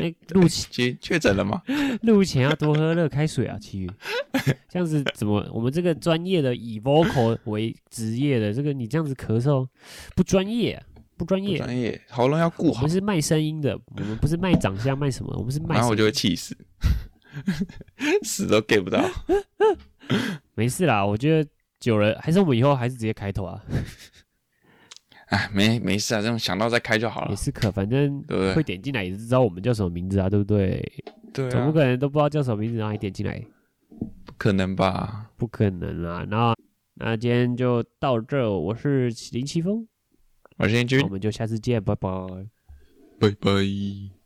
[SPEAKER 2] 哎、录起
[SPEAKER 1] 其实确诊了吗？
[SPEAKER 2] 录前要多喝热开水啊，奇宇。 这样子怎么？我们这个专业的以 vocal 为职业的，这个你这样子咳嗽不专业啊，不专
[SPEAKER 1] 不
[SPEAKER 2] 业。
[SPEAKER 1] 专业，喉咙要顾
[SPEAKER 2] 我
[SPEAKER 1] 好
[SPEAKER 2] 们，是卖声音的，我们不是卖长相，卖什么？我们是
[SPEAKER 1] 然
[SPEAKER 2] 卖声音。
[SPEAKER 1] 后啊我就会气死， 死都 get 不到。
[SPEAKER 2] 没事啦，我觉得久了，还是我们以后还是直接开头啊，
[SPEAKER 1] 哎，没没事啊，这种想到再开就好
[SPEAKER 2] 也
[SPEAKER 1] 了，
[SPEAKER 2] 是可，反正
[SPEAKER 1] 对不对？
[SPEAKER 2] 会点进来也是知道我们叫什么名字啊，对不对？
[SPEAKER 1] 对
[SPEAKER 2] 总
[SPEAKER 1] 啊
[SPEAKER 2] 不，可能都不知道叫什么名字，然后你点进来，
[SPEAKER 1] 不可能吧？
[SPEAKER 2] 不可能啦。那那今天就到这，我是林奇峰，
[SPEAKER 1] 我是燕君
[SPEAKER 2] 我，们就下次见，拜拜。
[SPEAKER 1] 拜拜。